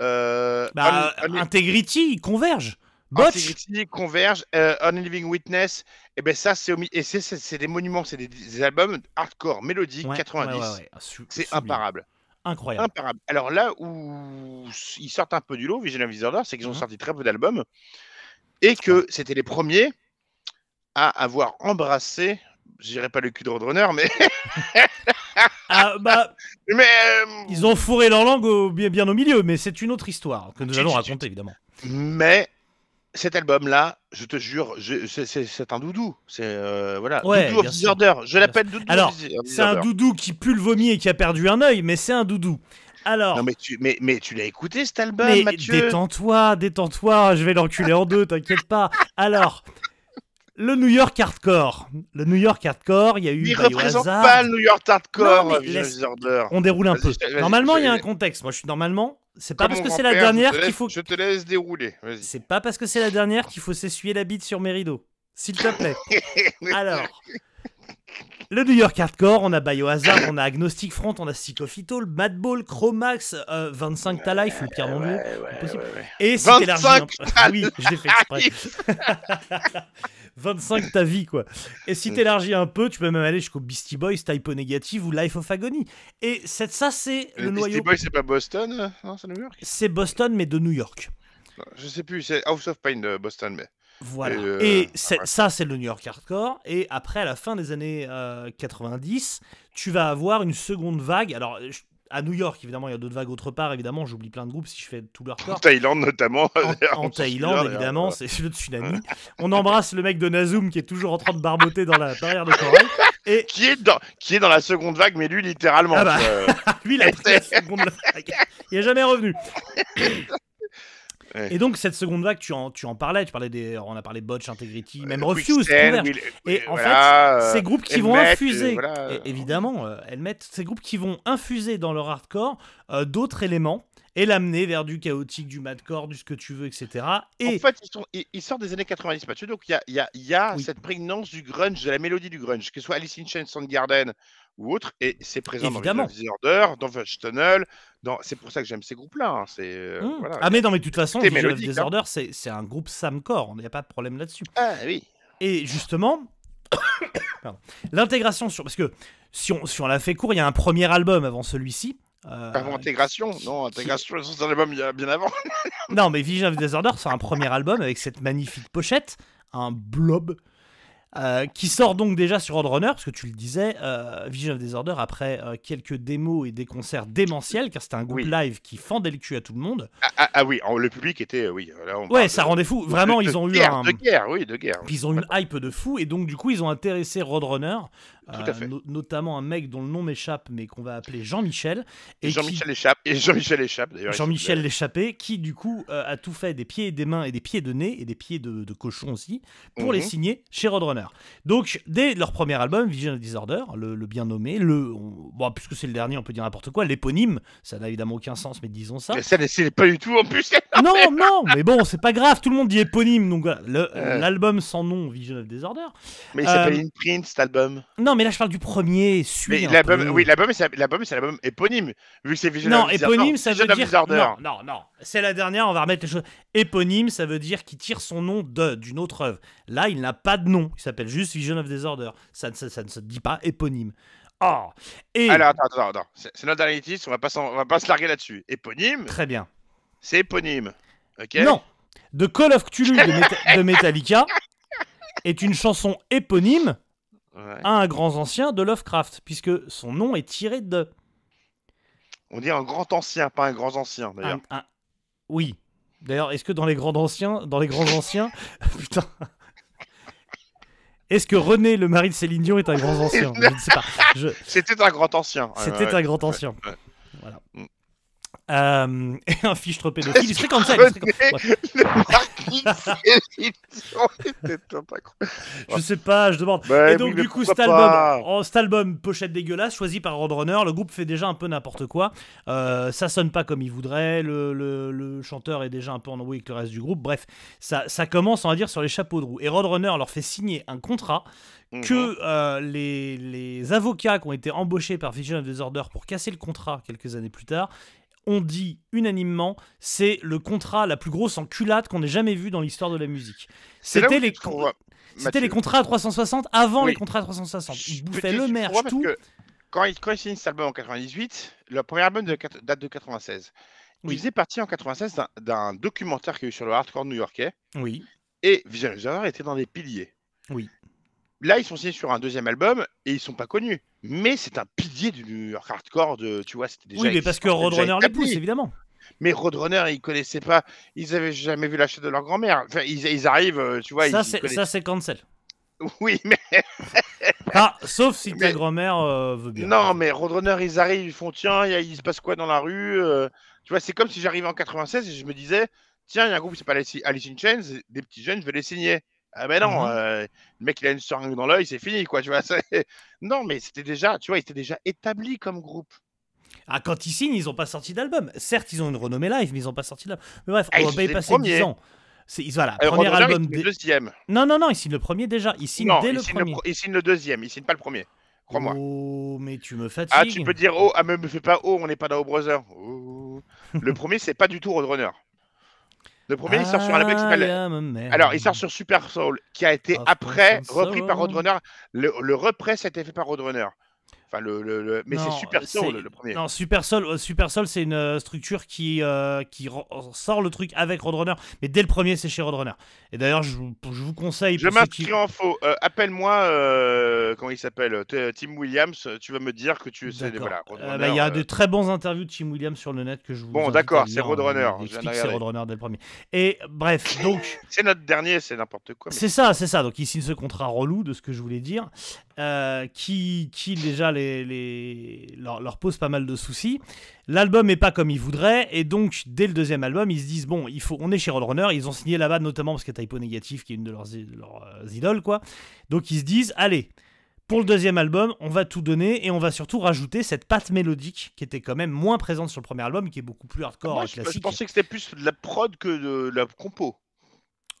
Speaker 1: euh,
Speaker 2: Bah,
Speaker 1: On- On-
Speaker 2: Integrity, Converge, Botch.
Speaker 1: Integrity, Converge, euh, On Living Witness, et ben ça, c'est au mi- et c'est- c'est- c'est des monuments, c'est des, des albums hardcore, mélodiques,
Speaker 2: Ouais,
Speaker 1: 90.
Speaker 2: ouais, ouais, ouais. Su-
Speaker 1: C'est
Speaker 2: sublime.
Speaker 1: imparable,
Speaker 2: Incroyable.
Speaker 1: imparable. Alors là où s- ils sortent un peu du lot, Vigilant Disorder, c'est qu'ils ont
Speaker 2: Mhm.
Speaker 1: sorti très peu d'albums et que c'était les premiers à avoir embrassé, je dirais pas le cul de Roadrunner, mais,
Speaker 2: Ah, bah,
Speaker 1: mais euh,
Speaker 2: ils ont fourré leur langue au- bien, bien au milieu, mais c'est une autre histoire que nous
Speaker 1: Chut,
Speaker 2: allons
Speaker 1: chut,
Speaker 2: raconter, évidemment.
Speaker 1: mais cet album-là, je te jure, je- c'est- c'est c'est un doudou. C'est euh, voilà,
Speaker 2: Ouais,
Speaker 1: doudou of
Speaker 2: bien sûr.
Speaker 1: Disorder. Je l'appelle doudou. of
Speaker 2: Alors,
Speaker 1: Dis- of
Speaker 2: C'est un
Speaker 1: Disorder.
Speaker 2: doudou qui pue le vomi et qui a perdu un œil, mais c'est un doudou. Alors,
Speaker 1: Non mais tu, mais, mais tu l'as écouté cet album,
Speaker 2: mais
Speaker 1: Mathieu
Speaker 2: détends-toi, détends-toi, je vais l'enculer en deux, t'inquiète pas. Alors, le New York Hardcore. Le New York Hardcore, il y a eu
Speaker 1: Il
Speaker 2: Biohazard.
Speaker 1: représente pas le New York hardcore,
Speaker 2: Non, mais
Speaker 1: Vigilant
Speaker 2: laisse- Ah,
Speaker 1: Disorder.
Speaker 2: On déroule un
Speaker 1: Vas-y,
Speaker 2: peu.
Speaker 1: je te- vas-y,
Speaker 2: Normalement, il y a
Speaker 1: je-
Speaker 2: un contexte. Moi, je suis normalement, c'est pas
Speaker 1: Comme
Speaker 2: parce
Speaker 1: mon
Speaker 2: que c'est la
Speaker 1: grand-père, je te
Speaker 2: dernière qu'il
Speaker 1: laisse-
Speaker 2: faut
Speaker 1: Je te laisse dérouler. Vas-y.
Speaker 2: C'est pas parce que c'est la dernière qu'il faut s'essuyer la bite sur mes rideaux. S'il te plaît. Alors, le New York Hardcore, on a Biohazard, on a Agnostic Front, on a Psychophytol, Madball, Chromax, euh, 25 Ta Life, le pire nom du monde. Impossible. Et si
Speaker 1: 25
Speaker 2: t'élargis un peu-
Speaker 1: Ta
Speaker 2: Ah Oui, je l'ai fait exprès. 25 ta vie, quoi. Et si t'élargis un peu, tu peux même aller jusqu'au Beastie Boys, Typo Négative ou Life of Agony. Et c'est- ça, c'est le,
Speaker 1: Le Euh, Beastie
Speaker 2: noyau.
Speaker 1: Boys, c'est pas Boston euh, Non, c'est New York
Speaker 2: C'est Boston, mais de New York.
Speaker 1: Je sais plus, c'est House of Pain de Boston, mais.
Speaker 2: Voilà.
Speaker 1: Et, euh,
Speaker 2: Et c'est- ça, c'est le New York Hardcore. Et après, à la fin des années euh, 90, tu vas avoir une seconde vague. Alors, je- à New York, évidemment, il y a d'autres vagues autre part. Évidemment, j'oublie plein de groupes si je fais tout le
Speaker 1: En
Speaker 2: hardcore.
Speaker 1: Thaïlande, notamment.
Speaker 2: En, en Thaïlande, évidemment, c'est le tsunami. On embrasse le mec de Nazum qui est toujours en train de barboter dans la barrière de corail. Et
Speaker 1: Qui est, dans, qui est dans la seconde vague, mais lui littéralement.
Speaker 2: Ah bah.
Speaker 1: euh,
Speaker 2: lui, il a pris la seconde vague. Il n'est jamais revenu.
Speaker 1: Ouais.
Speaker 2: Et donc, cette seconde vague, tu en, tu en parlais. Tu parlais des, on a parlé de Botch, Integrity, même Refuse,
Speaker 1: Quicksand,
Speaker 2: Converge.
Speaker 1: Will-
Speaker 2: Et en
Speaker 1: voilà,
Speaker 2: fait,
Speaker 1: euh,
Speaker 2: ces groupes qui vont
Speaker 1: Helmet, euh,
Speaker 2: infuser,
Speaker 1: voilà,
Speaker 2: et
Speaker 1: euh,
Speaker 2: évidemment, euh, elles mettent ces groupes qui vont infuser dans leur hardcore euh, d'autres éléments et l'amener vers du chaotique, du madcore, du ce que tu veux, etc. Et
Speaker 1: En fait, ils, sont, ils, ils sortent des années 90, Mathieu. Donc, il y a, il y a- il y a
Speaker 2: Oui.
Speaker 1: cette prégnance du grunge, de la mélodie du grunge, que ce soit Alice in Chains, Soundgarden ou autre. Et c'est présent
Speaker 2: Évidemment.
Speaker 1: dans Vision Disorder, dans Fudge Tunnel. Dans... C'est pour ça que j'aime ces groupes-là. hein, C'est. euh,
Speaker 2: hmm.
Speaker 1: voilà.
Speaker 2: ah mais non, mais de toute façon,
Speaker 1: T'es
Speaker 2: Visual of
Speaker 1: mélodique, hein.
Speaker 2: Disorder, c'est c'est un groupe Samcore, on n'y a pas de problème là-dessus.
Speaker 1: Ah, oui.
Speaker 2: Et justement, pardon, l'intégration sur, parce que si on, si on la fait court, il y a un premier album avant celui-ci. euh,
Speaker 1: Avant intégration, non, intégration, ils sont sur l'album il y a bien avant.
Speaker 2: Non, mais Vision of Disorder, c'est un premier album avec cette magnifique pochette, un blob, euh, qui sort donc déjà sur Roadrunner, parce que tu le disais, euh, Vision of Disorder, après euh, quelques démos et des concerts démentiels, car c'était un groupe
Speaker 1: Oui.
Speaker 2: live qui fendait le cul à tout le monde.
Speaker 1: Ah, bah ah, ah oui, en- le public était, oui. euh, Là, on
Speaker 2: Ouais,
Speaker 1: parle
Speaker 2: ça
Speaker 1: de-
Speaker 2: rendait fou.
Speaker 1: de-
Speaker 2: Vraiment,
Speaker 1: de
Speaker 2: ils ont eu
Speaker 1: guerre,
Speaker 2: un.
Speaker 1: De guerre, oui, de guerre.
Speaker 2: Ils ont une hype de fou et donc du coup ils ont intéressé Roadrunner, euh,
Speaker 1: Tout à fait.
Speaker 2: no- notamment un mec dont le nom m'échappe mais qu'on va appeler Jean-Michel.
Speaker 1: Et
Speaker 2: et qui-
Speaker 1: Jean-Michel échappe. Et Jean-Michel échappe d'ailleurs. il
Speaker 2: Jean-Michel
Speaker 1: s'appelait.
Speaker 2: l'échappé, qui du coup euh, a tout fait des pieds et des mains et des pieds de nez et des pieds de, de cochon aussi pour les
Speaker 1: Mhm.
Speaker 2: signer chez Roadrunner. Donc dès leur premier album, Vision of Disorder, le, le bien nommé, le on- bon, puisque c'est le dernier, on peut dire n'importe quoi, l'éponyme, ça n'a évidemment aucun sens, mais disons ça.
Speaker 1: Mais Ça, c'est pas du tout en plus.
Speaker 2: Non, non, mais bon, c'est pas grave, tout le monde dit éponyme, donc voilà. Le-
Speaker 1: Euh.
Speaker 2: l'album sans nom, Vision of Disorder.
Speaker 1: Mais il
Speaker 2: Euh,
Speaker 1: s'appelle In Print, cet album.
Speaker 2: Non, mais là je parle du premier,
Speaker 1: Mais
Speaker 2: suis un
Speaker 1: l'album,
Speaker 2: peu.
Speaker 1: oui, l'album, c'est l'album, c'est l'album éponyme. Vu que c'est Vision
Speaker 2: Non,
Speaker 1: of Disorder-
Speaker 2: éponyme, ça
Speaker 1: Vision
Speaker 2: veut
Speaker 1: of
Speaker 2: dire.
Speaker 1: Disorder.
Speaker 2: Non, non, non. C'est la dernière, on va remettre les choses. Éponyme, ça veut dire qu'il tire son nom de, d'une autre œuvre. Là, il n'a pas de nom. Il s'appelle juste Vision of Disorder. Ça, ne- ça- ça ne se dit pas éponyme. Oh Et.
Speaker 1: Alors, attends, attends, attends. C'est c'est notre dernier titre, on va pas, s'en- on va pas se larguer là-dessus. Éponyme,
Speaker 2: Très bien.
Speaker 1: c'est éponyme. Ok
Speaker 2: Non De Call of Cthulhu de, Meta- de Metallica est une chanson éponyme
Speaker 1: Ouais.
Speaker 2: à un grand ancien de Lovecraft, puisque son nom est tiré de.
Speaker 1: On dit un grand ancien, pas un grand ancien, d'ailleurs.
Speaker 2: Un- un- Oui. D'ailleurs, est-ce que dans les grands anciens, dans les grands anciens, putain, est-ce que René, le mari de Céline Dion, est un grand ancien Je ne sais pas. Je-
Speaker 1: C'était un grand ancien. Euh, Ouais,
Speaker 2: Ah. C'était
Speaker 1: ouais,
Speaker 2: un grand ancien.
Speaker 1: ouais.
Speaker 2: Voilà.
Speaker 1: Mm.
Speaker 2: Euh, et un fichtre pédophile. Il serait comme ça. il serait comme-
Speaker 1: René, le marquis de Céline Dion.
Speaker 2: Je sais pas, je demande.
Speaker 1: Bah
Speaker 2: et donc,
Speaker 1: oui, mais
Speaker 2: du coup, cet
Speaker 1: pourquoi
Speaker 2: album,
Speaker 1: pas
Speaker 2: oh, cet album, pochette dégueulasse, choisi par Roadrunner, le groupe fait déjà un peu n'importe quoi. Euh, ça sonne pas comme il voudrait, le, le- le chanteur est déjà un peu en embrouille avec le reste du groupe. Bref, ça, ça commence, on va dire, sur les chapeaux de roue. Et Roadrunner leur fait signer un contrat
Speaker 1: Mhm.
Speaker 2: que euh, les, les avocats qui ont été embauchés par Vision of Disorder pour casser le contrat quelques années plus tard ont dit unanimement c'est le contrat la plus grosse enculade qu'on ait jamais vue dans l'histoire de la musique.
Speaker 1: C'est là où tu
Speaker 2: C'était les,
Speaker 1: te trouves,
Speaker 2: c'était les
Speaker 1: Mathieu.
Speaker 2: contrats à 360 avant
Speaker 1: Oui.
Speaker 2: les contrats à 360. Ils
Speaker 1: Je-
Speaker 2: bouffaient
Speaker 1: tu-
Speaker 2: le
Speaker 1: tu
Speaker 2: merch,
Speaker 1: comprends parce
Speaker 2: tout.
Speaker 1: que Quand ils quand ils signent cet album en 98, leur premier album de quat- date de 96.
Speaker 2: Oui.
Speaker 1: Il faisait partie en 96 d'un- d'un documentaire qu'il y a eu sur le hardcore new-yorkais.
Speaker 2: Oui.
Speaker 1: Et Vision of Disorder était dans des piliers.
Speaker 2: Oui.
Speaker 1: Là, ils sont signés sur un deuxième album et ils sont pas connus. Mais c'est un pilier du New York hardcore. De, tu vois, c'était déjà
Speaker 2: oui, mais parce que
Speaker 1: existant, c'était déjà
Speaker 2: Roadrunner les
Speaker 1: établi.
Speaker 2: pousse, évidemment.
Speaker 1: Mais Roadrunner, ils connaissaient pas. Ils avaient jamais vu la chaîne de leur grand-mère. Enfin, ils, ils arrivent, euh, tu vois.
Speaker 2: ça,
Speaker 1: ils, ils
Speaker 2: c'est,
Speaker 1: connaissent-
Speaker 2: ça, c'est cancel.
Speaker 1: Oui, mais
Speaker 2: Ah, sauf si ta
Speaker 1: Mais-
Speaker 2: grand-mère euh, veut bien.
Speaker 1: non, mais Roadrunner, ils arrivent, ils font tiens, il y a- il se passe quoi dans la rue euh, Tu vois, c'est comme si j'arrivais en 96 et je me disais tiens, il y a un groupe qui s'appelle Alice Alice in Chains, des petits jeunes, je vais les signer. Ah ben non,
Speaker 2: Mhm.
Speaker 1: euh, le mec il a une seringue dans l'œil, c'est fini quoi, tu vois. c'est- Non, mais c'était déjà, tu vois, ils étaient déjà établis comme groupe.
Speaker 2: Ah, quand ils signent, ils n'ont pas sorti d'album. Certes, ils ont une renommée live, mais ils n'ont pas sorti d'album. Mais bref,
Speaker 1: Ah,
Speaker 2: on
Speaker 1: ils
Speaker 2: va pas y
Speaker 1: étaient
Speaker 2: passer
Speaker 1: premiers.
Speaker 2: 10 ans. C'est, ils- voilà,
Speaker 1: Euh,
Speaker 2: premier
Speaker 1: Roadrunner,
Speaker 2: album.
Speaker 1: ils signent
Speaker 2: dé-
Speaker 1: le deuxième.
Speaker 2: Non, non, non, ils signent le premier déjà. Ils signent
Speaker 1: non,
Speaker 2: dès
Speaker 1: ils
Speaker 2: le
Speaker 1: signent
Speaker 2: premier.
Speaker 1: pro- ils signent le deuxième, ils signent pas le premier. Crois-moi.
Speaker 2: Oh, mais tu me fatigues.
Speaker 1: Ah, tu peux dire oh, ah, mais me fais pas oh, on n'est pas dans O Brother. Oh. Le premier, c'est pas du tout Roadrunner. Le premier, il sort sur un label qui
Speaker 2: Ah,
Speaker 1: s'appelle. Alors, il sort sur Super Soul, qui a été
Speaker 2: Of
Speaker 1: après
Speaker 2: course, I'm
Speaker 1: repris par
Speaker 2: sorry.
Speaker 1: Roadrunner. Le, le repress a été fait par Roadrunner. Enfin, le, le- le- Mais c'est
Speaker 2: Non,
Speaker 1: Super Soul, le premier.
Speaker 2: Non, Super Soul, euh, Super Soul, c'est une euh, structure qui, euh, qui ren- sort le truc avec Roadrunner, mais dès le premier, c'est chez Roadrunner. Et d'ailleurs, je, vous- je vous conseille.
Speaker 1: Je
Speaker 2: pour ceux qui-
Speaker 1: m'inscris en faux. Euh, Appelle-moi, euh, comment il s'appelle T- Tim Williams. euh, Tu vas me dire que tu. c'est-
Speaker 2: D'accord.
Speaker 1: Voilà,
Speaker 2: Euh, bah, Il
Speaker 1: Roadrunner,
Speaker 2: y a
Speaker 1: euh,
Speaker 2: de très bons interviews de Tim Williams sur le net que je vous.
Speaker 1: Bon,
Speaker 2: invite
Speaker 1: d'accord,
Speaker 2: à
Speaker 1: c'est
Speaker 2: lire, hein,
Speaker 1: Roadrunner,
Speaker 2: Il
Speaker 1: je viens de
Speaker 2: explique que c'est
Speaker 1: regarder.
Speaker 2: Roadrunner dès le premier. Et bref, donc.
Speaker 1: C'est notre dernier, c'est n'importe quoi. mais-
Speaker 2: C'est ça, c'est ça. Donc ils signent ce contrat relou de ce que je voulais dire, euh, qui, qui déjà les, les- leur, leur pose pas mal de soucis. L'album est pas comme ils voudraient, et donc dès le deuxième album, ils se disent bon, il faut, on est chez Roadrunner, ils ont signé là-bas notamment parce que Typo Négatif, qui est une de leurs, i- leurs, euh, idoles, quoi. Donc ils se disent allez. Pour le deuxième album, on va tout donner et on va surtout rajouter cette patte mélodique qui était quand même moins présente sur le premier album, qui est beaucoup plus hardcore
Speaker 1: Moi,
Speaker 2: et
Speaker 1: je, je
Speaker 2: classique.
Speaker 1: pensais que c'était plus de la prod que de la compo.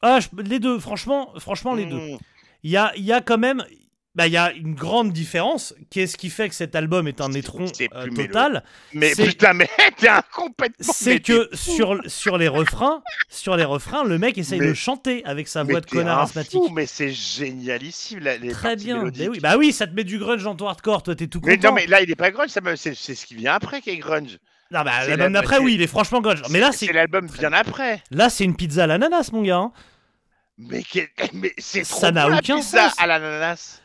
Speaker 2: Ah, je- les deux, franchement, franchement les deux.
Speaker 1: Mm.
Speaker 2: il y a, il y a quand même bah, il y a une grande différence. Qu'est-ce qui fait que cet album est un
Speaker 1: C'est-
Speaker 2: étron
Speaker 1: c'est
Speaker 2: euh,
Speaker 1: plus mélo-
Speaker 2: total
Speaker 1: Mais
Speaker 2: C'est-
Speaker 1: putain, mais t'es un complètement. mais
Speaker 2: C'est
Speaker 1: t'es
Speaker 2: que sur, sur les refrains, sur les refrains, le mec essaye
Speaker 1: Mais-
Speaker 2: de chanter avec sa
Speaker 1: Mais
Speaker 2: voix de
Speaker 1: t'es
Speaker 2: connard
Speaker 1: un
Speaker 2: asthmatique.
Speaker 1: fou, mais c'est génial ici. les
Speaker 2: Très
Speaker 1: parties
Speaker 2: bien.
Speaker 1: mélodiques.
Speaker 2: mais oui. Bah oui, ça te met du grunge en toi hardcore. Toi, t'es tout
Speaker 1: Mais
Speaker 2: content.
Speaker 1: non, mais là, il est pas grunge, ça me- c'est c'est ce qui vient après qui est grunge.
Speaker 2: Non, bah,
Speaker 1: c'est
Speaker 2: l'album
Speaker 1: la-
Speaker 2: d'après,
Speaker 1: c'est-
Speaker 2: oui, il est franchement grunge. Mais là, c'est
Speaker 1: l'album bien après.
Speaker 2: là, c'est une pizza à l'ananas, mon gars. hein.
Speaker 1: Mais, qu'est- mais c'est trop
Speaker 2: Ça n'a
Speaker 1: bon, la
Speaker 2: aucun
Speaker 1: pizza
Speaker 2: sens.
Speaker 1: à l'ananas.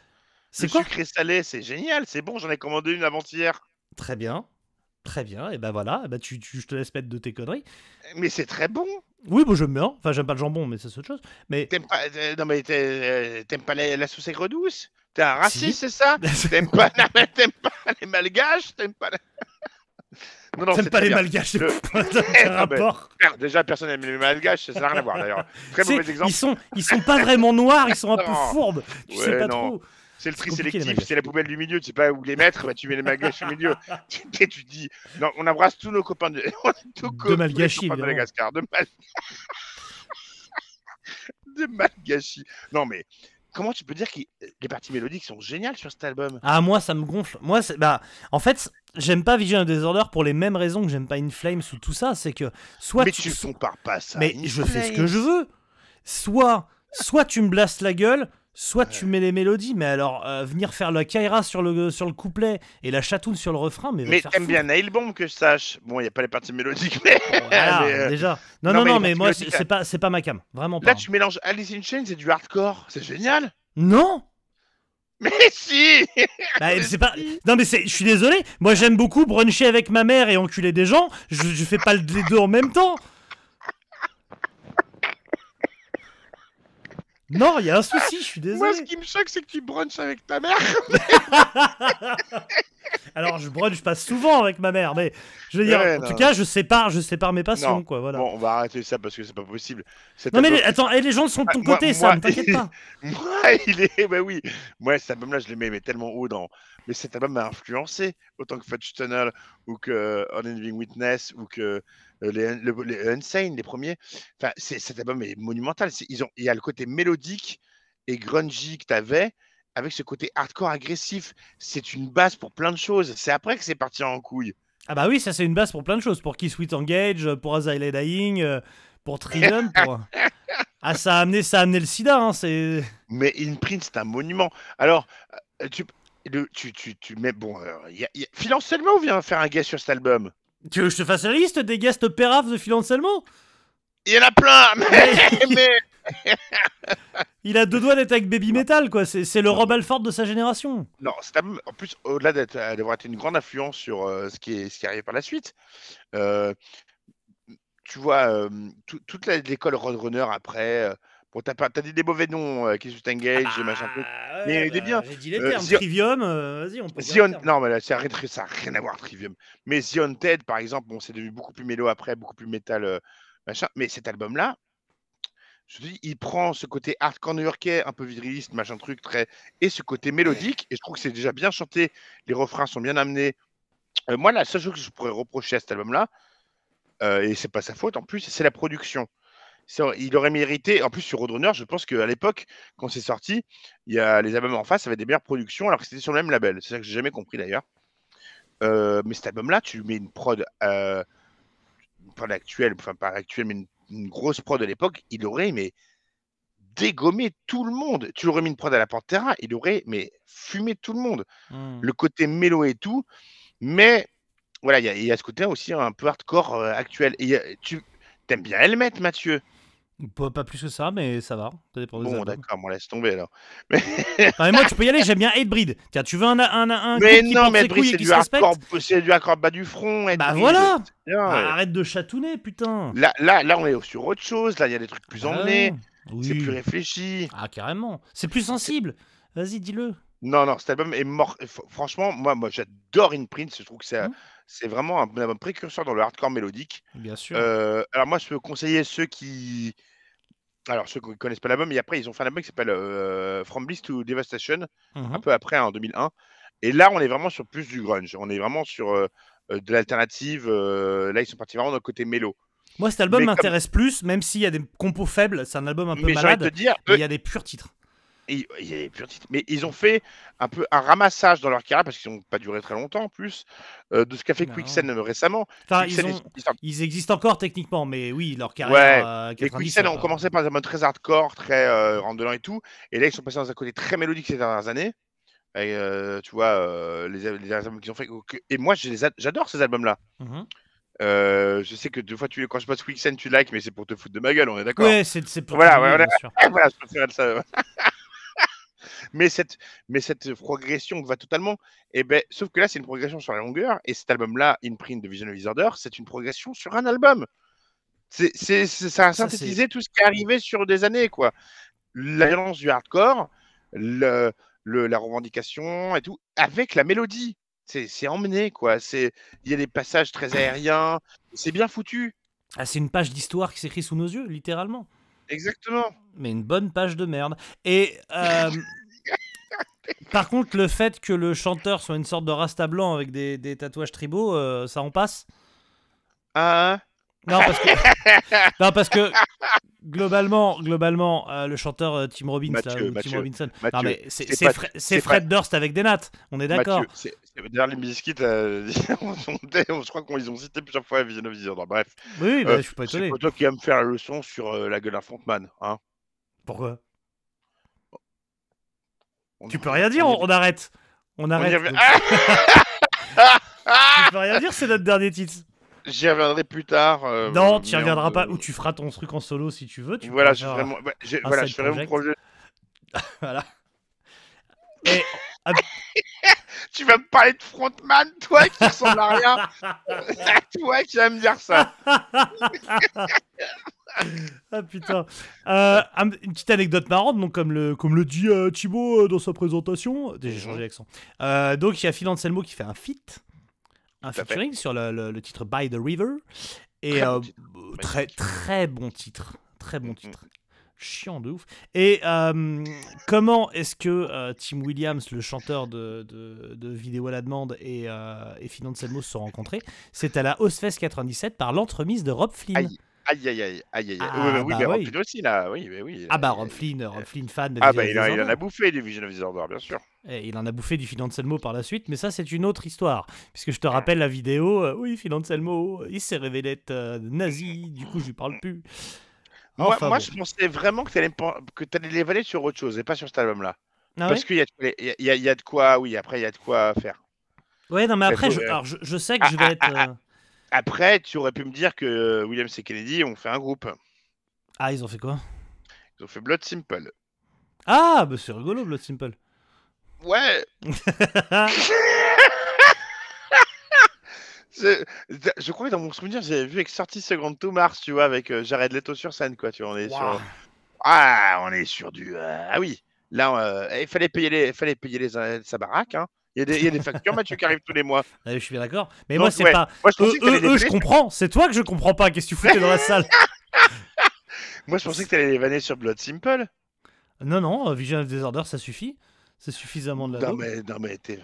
Speaker 2: C'est
Speaker 1: Le
Speaker 2: quoi
Speaker 1: sucré salé, c'est génial, c'est bon, j'en ai commandé une avant-hier.
Speaker 2: Très bien, très bien. Et ben voilà, bah, tu, tu- je te laisse mettre de tes conneries.
Speaker 1: Mais c'est très bon.
Speaker 2: Oui, bon, je meurs. Enfin, j'aime pas le jambon, mais c'est autre chose. Mais
Speaker 1: T'aimes pas, euh, non mais t'es- euh, t'aimes pas la, la sauce aigre douce T'es un raciste,
Speaker 2: Si.
Speaker 1: c'est ça T'aimes pas, non, mais t'aimes pas les malgaches T'aimes pas, la- non, non,
Speaker 2: T'aimes
Speaker 1: c'est
Speaker 2: pas
Speaker 1: très
Speaker 2: les
Speaker 1: bien.
Speaker 2: malgaches, c'est
Speaker 1: Le- Eh, ah, ben.
Speaker 2: pas un rapport.
Speaker 1: Merde, Déjà, personne n'aime les malgaches, ça n'a rien à voir d'ailleurs. Très
Speaker 2: C'est-
Speaker 1: mauvais exemple.
Speaker 2: Ils sont, ils sont pas vraiment noirs, ils sont un peu
Speaker 1: Non.
Speaker 2: fourbes. Tu sais
Speaker 1: Ouais,
Speaker 2: pas
Speaker 1: non.
Speaker 2: trop.
Speaker 1: C'est le tri
Speaker 2: compliqué, les
Speaker 1: sélectif,
Speaker 2: magasins.
Speaker 1: c'est la poubelle du milieu, tu sais pas où les mettre, bah, tu mets les malgaches au milieu. tu, tu- tu dis, non, on embrasse tous nos copains de, on aime tous
Speaker 2: De
Speaker 1: co- tous les
Speaker 2: malgaches,
Speaker 1: copains de
Speaker 2: évidemment.
Speaker 1: Madagascar, de mal... de malgaches. Non mais comment tu peux dire que les parties mélodiques sont géniales sur cet album
Speaker 2: Ah, moi, ça me gonfle. Moi, c'est- bah, en fait, c'est- j'aime pas Vision Disorder pour les mêmes raisons que j'aime pas In Flames ou tout ça. C'est que soit
Speaker 1: Mais
Speaker 2: tu-
Speaker 1: tu ne compares pas ça.
Speaker 2: mais je fais ce que je veux. Soit, soit tu me blastes la gueule, soit tu mets les mélodies. Mais alors, euh, venir faire la Kaira sur le, sur le couplet et la chatoune sur le refrain, mais. va
Speaker 1: Mais
Speaker 2: te faire
Speaker 1: t'aimes
Speaker 2: foutre.
Speaker 1: bien Nailbomb que je sache. Bon, il n'y a pas les parties mélodiques, mais,
Speaker 2: Voilà,
Speaker 1: mais, euh,
Speaker 2: déjà. Non,
Speaker 1: non,
Speaker 2: non,
Speaker 1: mais
Speaker 2: non,
Speaker 1: les
Speaker 2: mais, moi,
Speaker 1: parties
Speaker 2: c'est
Speaker 1: musicales.
Speaker 2: c'est pas, c'est pas ma cam. Vraiment pas.
Speaker 1: là tu mélanges Alice in Chains et du hardcore. C'est génial.
Speaker 2: Non!
Speaker 1: Mais si
Speaker 2: Bah, c'est pas... Non mais c'est- je suis désolé, moi j'aime beaucoup bruncher avec ma mère et enculer des gens, je, je fais pas les deux en même temps. Non, il y a un souci, je suis
Speaker 1: Moi, ce
Speaker 2: désolé.
Speaker 1: qui me choque, c'est que tu brunches avec ta mère.
Speaker 2: Alors je brunch pas souvent avec ma mère, mais je veux dire,
Speaker 1: Ouais,
Speaker 2: en
Speaker 1: non,
Speaker 2: tout
Speaker 1: non.
Speaker 2: cas je sépare, je sépare mes passions
Speaker 1: Non,
Speaker 2: quoi, voilà.
Speaker 1: Bon, on va arrêter ça parce que c'est pas possible. Cet
Speaker 2: non mais
Speaker 1: album-
Speaker 2: les- attends, et les gens sont de ton
Speaker 1: Ah, moi-
Speaker 2: côté,
Speaker 1: moi-
Speaker 2: Sam, t'inquiète pas.
Speaker 1: Moi, il est. Bah oui. Moi, cet album-là, je l'aimais mais tellement haut dans. Mais cet album m'a influencé autant que Fudge Tunnel ou que euh, On Living Witness ou que euh, les, le- les Unsane, les premiers. Enfin, c'est- cet album est monumental. C'est- Ils ont, il y a le côté mélodique et grungy que t'avais avec ce côté hardcore agressif. C'est une base pour plein de choses. C'est après que c'est parti en couille.
Speaker 2: Ah bah oui, ça c'est une base pour plein de choses, pour Kiss With Engage, pour As I Lay Dying, euh, pour Trillium, pour... Ah ça a amené, ça a amené le sida, hein, c'est...
Speaker 1: Mais In Print, c'est un monument. Alors, euh, tu, le- tu, tu, tu mets. Bon, alors, y a- y a- Phil Anselmo vient faire un guest sur cet album.
Speaker 2: Tu veux que je te fasse la liste des guests pérafes de Phil Anselmo
Speaker 1: Il y en a plein Mais, mais-
Speaker 2: Il a deux doigts d'être avec Baby Metal, quoi. C'est c'est le Rob Alford de sa génération.
Speaker 1: Non, cet album, en plus, au-delà d'être- euh, d'avoir été une grande influence sur euh, ce, qui est, ce qui arrive par la suite, euh, tu vois, euh, tout- toute la- l'école Roadrunner après. euh, bon, t'as pas- t'as dit des mauvais noms, euh, Kiss
Speaker 2: Ah bah.
Speaker 1: Engage, machin truc. Mais il était bien.
Speaker 2: J'ai dit les
Speaker 1: Euh,
Speaker 2: termes.
Speaker 1: The-
Speaker 2: Trivium, euh, vas-y, on peut dire
Speaker 1: The
Speaker 2: les
Speaker 1: On-
Speaker 2: termes.
Speaker 1: Non, mais là, ça n'a rien à voir, Trivium. Mais The Ted, par exemple, bon, c'est devenu beaucoup plus mélo après, beaucoup plus métal, euh, machin. Mais cet album-là, je te dis, il prend ce côté hardcore new-yorkais, un peu viriliste, machin truc, très... et ce côté mélodique. Et je trouve que c'est déjà bien chanté, les refrains sont bien amenés. Euh, moi, la seule chose que je pourrais reprocher à cet album-là, euh, et c'est pas sa faute en plus, c'est la production. C'est- Il aurait mérité, en plus sur Roadrunner, je pense qu'à l'époque, quand c'est sorti, il y a les albums en face avaient des meilleures productions alors que c'était sur le même label. C'est ça que j'ai jamais compris d'ailleurs. Euh, mais cet album-là, tu mets une prod, euh, une prod actuelle, enfin pas actuelle, mais une, une grosse prod de l'époque, il aurait mais dégommé tout le monde. Tu aurais mis une prod à la Pantera, il aurait mais fumé tout le monde.
Speaker 2: Hmm.
Speaker 1: Le côté mélo et tout, mais voilà, il y a- il y, a ce côté aussi un peu hardcore euh, actuel. Et il y a- tu aimes bien Helmet, Mathieu
Speaker 2: Pas, pas plus que ça, mais ça va. Ça dépend des
Speaker 1: Bon,
Speaker 2: albums.
Speaker 1: d'accord, on laisse tomber alors.
Speaker 2: Non, mais moi, tu peux y aller, j'aime bien Hatebreed. Tiens, tu veux un, un, un
Speaker 1: Mais
Speaker 2: groupe qui
Speaker 1: non,
Speaker 2: porte
Speaker 1: mais
Speaker 2: ses couilles
Speaker 1: Brice,
Speaker 2: et
Speaker 1: c'est
Speaker 2: qui
Speaker 1: du
Speaker 2: se respecte
Speaker 1: hardcore, c'est du hardcore bas du front. et
Speaker 2: Bah
Speaker 1: tout,
Speaker 2: voilà
Speaker 1: c'est bien,
Speaker 2: Bah,
Speaker 1: ouais.
Speaker 2: Arrête de chatouner, putain
Speaker 1: là, là, là, on est sur autre chose. Là, il y a des trucs plus emmenés,
Speaker 2: Ah, oui.
Speaker 1: c'est plus réfléchi.
Speaker 2: Ah, carrément. C'est plus sensible. Vas-y, dis-le.
Speaker 1: Non, non, cet album est mort. f- Franchement, moi, moi, j'adore In Print. Je trouve que c'est,
Speaker 2: Mhm.
Speaker 1: c'est vraiment un, un précurseur dans le hardcore mélodique.
Speaker 2: Bien sûr.
Speaker 1: Euh, alors moi, je peux conseiller ceux qui, alors ceux qui connaissent pas l'album, et après, ils ont fait un album qui s'appelle euh, From Bliss to Devastation. un
Speaker 2: Mhm.
Speaker 1: peu après, hein, en 2001. Et là, on est vraiment sur plus du grunge. On est vraiment sur euh, euh, de l'alternative. euh, là, ils sont partis vraiment dans le côté mélo.
Speaker 2: Moi, cet album
Speaker 1: mais comme-
Speaker 2: m'intéresse plus, même s'il y a des compos faibles. C'est un album un peu
Speaker 1: Mais j'ai envie
Speaker 2: malade.
Speaker 1: de te dire,
Speaker 2: mais
Speaker 1: eux,
Speaker 2: Il y a des purs titres.
Speaker 1: ils- il y avait plus de titres, mais ils ont fait un peu un ramassage dans leur carrière, parce qu'ils n'ont pas duré très longtemps en plus, euh, de ce qu'a fait
Speaker 2: Non.
Speaker 1: Quicksand euh, récemment.
Speaker 2: Enfin, Bah ils,
Speaker 1: Quicksand,
Speaker 2: ont-
Speaker 1: ils- ils sortent-
Speaker 2: ils existent encore techniquement, mais oui, leur
Speaker 1: Ouais,
Speaker 2: carrière. euh,
Speaker 1: les
Speaker 2: 90,
Speaker 1: Quicksand
Speaker 2: ça
Speaker 1: ont
Speaker 2: va.
Speaker 1: commencé par un mode très hardcore, très euh, rendelant et tout. Et là, ils sont passés dans un côté très mélodique ces dernières années. Et, euh, tu vois, euh, les, les albums qu'ils ont fait. Et moi, je les ad- j'adore ces albums-là.
Speaker 2: Mhm.
Speaker 1: Euh, je sais que deux fois, tu, quand je passe Quicksand, tu likes, mais c'est pour te foutre de ma gueule, on est d'accord
Speaker 2: Ouais, c'est c'est pour.
Speaker 1: Voilà,
Speaker 2: terminer,
Speaker 1: voilà.
Speaker 2: bien sûr.
Speaker 1: Voilà, je préfère ça. mais, cette, mais cette progression va totalement. Et ben, sauf que là, c'est une progression sur la longueur, et cet album-là, In Print de Vision of Disorder, c'est une progression sur un album. C'est, c'est, c'est- ça a
Speaker 2: Ça,
Speaker 1: synthétisé tout ce qui est arrivé sur des années, quoi. La violence du hardcore, le, le- la revendication et tout, avec la mélodie. C'est, c'est emmené, quoi. C'est, il y a des passages très aériens. C'est bien foutu.
Speaker 2: Ah, c'est une page d'histoire qui s'écrit sous nos yeux, littéralement.
Speaker 1: Exactement.
Speaker 2: Mais une bonne page de merde. Et. euh, Par contre, le fait que le chanteur soit une sorte de rasta blanc avec des, des tatouages tribaux, euh, ça en passe
Speaker 1: Hein
Speaker 2: Non, parce que, non, parce que globalement, globalement euh, le chanteur euh, Tim Robbins, là,
Speaker 1: Mathieu,
Speaker 2: ou Tim
Speaker 1: Mathieu,
Speaker 2: Robinson,
Speaker 1: Mathieu,
Speaker 2: non, mais c'est
Speaker 1: c'est
Speaker 2: c'est
Speaker 1: pas-
Speaker 2: Fre- c'est
Speaker 1: c'est
Speaker 2: Fred Durst avec des nattes, on est d'accord.
Speaker 1: Mathieu, c'est- c'est- Derrière les biscuits, euh, on- on- je crois qu'ils ont cité plusieurs fois à Vision of the Order. Bref,
Speaker 2: Oui, oui, bah,
Speaker 1: Euh,
Speaker 2: je suis pas
Speaker 1: c'est
Speaker 2: étonné.
Speaker 1: pas toi qui vas me faire la leçon sur euh, la gueule à Frontman. Hein
Speaker 2: Pourquoi
Speaker 1: On-
Speaker 2: Tu peux rien dire, on,
Speaker 1: y-
Speaker 2: on arrête. On
Speaker 1: on y
Speaker 2: arrête.
Speaker 1: revient-
Speaker 2: donc.
Speaker 1: Ah
Speaker 2: Tu peux rien dire, c'est notre dernier titre.
Speaker 1: J'y reviendrai plus tard. euh,
Speaker 2: non, tu y
Speaker 1: mais
Speaker 2: reviendras
Speaker 1: on-
Speaker 2: pas. Ou tu feras ton truc en solo si tu veux. Tu Ah,
Speaker 1: Voilà,
Speaker 2: pourras
Speaker 1: je
Speaker 2: faire- euh,
Speaker 1: ferai mon, ouais, j'ai-
Speaker 2: un
Speaker 1: voilà,
Speaker 2: side
Speaker 1: je ferai mon
Speaker 2: project.
Speaker 1: projet.
Speaker 2: Et- ah,
Speaker 1: Tu vas me parler de Frontman, toi qui ressemble à rien. toi qui vas me dire ça.
Speaker 2: Ah putain. Euh, un- une petite anecdote marrante, donc comme le, comme le dit euh, Thibaut euh, dans sa présentation. Déjà,
Speaker 1: Mhm.
Speaker 2: J'ai changé l'accent. Euh, donc il y a Phil Anselmo qui fait un feat, un
Speaker 1: Tout à fait.
Speaker 2: featuring sur le, le- le titre By the River. Et
Speaker 1: Très bon
Speaker 2: euh,
Speaker 1: titre. Magnifique.
Speaker 2: très, très bon titre. Très bon
Speaker 1: Mhm.
Speaker 2: titre. Chiant de ouf. Et euh, comment est-ce que euh, Tim Williams, le chanteur de, de, de Vidéo à la demande, et, euh, et Phil Anselmo se sont rencontrés C'est à la Ozfest 97 par l'entremise de Rob Flynn.
Speaker 1: Aïe. Aïe, aïe, aïe, aïe, aïe.
Speaker 2: Ah,
Speaker 1: oui, mais oui,
Speaker 2: bah
Speaker 1: mais Rob
Speaker 2: oui.
Speaker 1: Flynn aussi, là. Oui, mais oui.
Speaker 2: Ah bah
Speaker 1: Euh,
Speaker 2: Rob Flynn, Rob Flynn fan de
Speaker 1: Ah
Speaker 2: Vision
Speaker 1: bah, il, en-
Speaker 2: of the
Speaker 1: il en
Speaker 2: Order.
Speaker 1: a bouffé des Vision of the Order, bien sûr.
Speaker 2: Et il en a bouffé du Phil Anselmo par la suite, mais ça c'est une autre histoire. Puisque je te rappelle la vidéo, euh, oui Phil Anselmo, il s'est révélé être euh, nazi, du coup je lui parle plus.
Speaker 1: Moi,
Speaker 2: Enfin,
Speaker 1: moi
Speaker 2: bon.
Speaker 1: je pensais vraiment que tu allais, me pen- que t'allais l'évaluer sur autre chose et pas sur cet album-là.
Speaker 2: Ah
Speaker 1: Parce
Speaker 2: ouais,
Speaker 1: qu'il y, a de quoi- il y a- il y a- il y a de quoi, oui, après, il y a de quoi faire.
Speaker 2: Ouais, non mais
Speaker 1: Mais
Speaker 2: après
Speaker 1: faut-
Speaker 2: je,
Speaker 1: euh,
Speaker 2: alors, je, je sais que je vais
Speaker 1: ah,
Speaker 2: être... euh,
Speaker 1: Après, tu aurais pu me dire que euh, William C. Kennedy ont fait un groupe.
Speaker 2: Ah ils ont fait quoi
Speaker 1: Ils ont fait Blood Simple.
Speaker 2: Ah bah c'est rigolo Blood Simple.
Speaker 1: Ouais. C'est- Je, je crois que dans mon souvenir, j'avais vu avec Sortie Second to Mars, tu vois, avec euh, Jared Leto sur scène, quoi. Tu vois, on est
Speaker 2: Waouh.
Speaker 1: sur. Ah, on est sur du. euh, ah oui. Là, euh, il fallait payer les, il fallait payer les, euh, sa baraque. Hein. Il y a des, il y a des factures, Mathieu, qui arrivent tous les mois.
Speaker 2: Ah, je suis bien d'accord. Mais
Speaker 1: Donc,
Speaker 2: moi c'est
Speaker 1: ouais.
Speaker 2: pas...
Speaker 1: Moi, je
Speaker 2: Eux,
Speaker 1: pensais que
Speaker 2: eux,
Speaker 1: t'allais
Speaker 2: eux,
Speaker 1: les
Speaker 2: je
Speaker 1: vanner-
Speaker 2: comprends, c'est toi que je comprends pas, qu'est-ce que tu foutais dans la salle
Speaker 1: Moi, je pensais que t'allais les vanner sur Blood Simple.
Speaker 2: Non, non, euh, Vision of Disorder ça suffit, c'est suffisamment de la
Speaker 1: Non,
Speaker 2: daube.
Speaker 1: mais, non, mais t'es-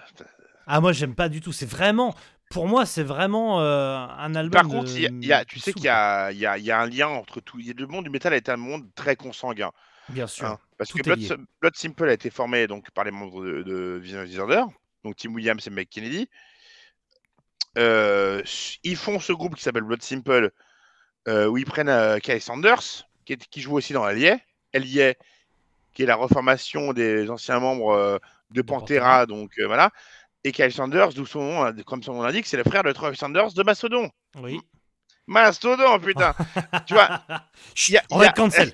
Speaker 2: Ah moi j'aime pas du tout, c'est vraiment pour moi c'est vraiment euh, un album
Speaker 1: Par
Speaker 2: de-
Speaker 1: contre, il y a- il y a- tu
Speaker 2: de
Speaker 1: sais
Speaker 2: soupe.
Speaker 1: qu'il y a, il y a- il y a un lien entre tout. il y a- Le monde du métal est un monde très consanguin.
Speaker 2: bien sûr.
Speaker 1: hein, parce
Speaker 2: tout
Speaker 1: que
Speaker 2: est
Speaker 1: Blood,
Speaker 2: lié.
Speaker 1: Sim- Blood Simple a été formé donc, par les membres de, de Vision of Disorder, donc Tim Williams et Mike Kennedy. Euh, s- ils font ce groupe qui s'appelle Blood Simple, euh, où ils prennent euh, Kay Sanders, qui, est- qui joue aussi dans Allier. Allier, qui est la reformation des anciens membres euh, de Pantera, donc euh, voilà. Et Kyle Sanders, d'où son nom, hein, comme son nom l'indique, c'est le frère de Troy Sanders de Mastodon.
Speaker 2: Oui.
Speaker 1: Mastodon, putain Tu vois, il y a- il
Speaker 2: On va
Speaker 1: y a-
Speaker 2: être cancel.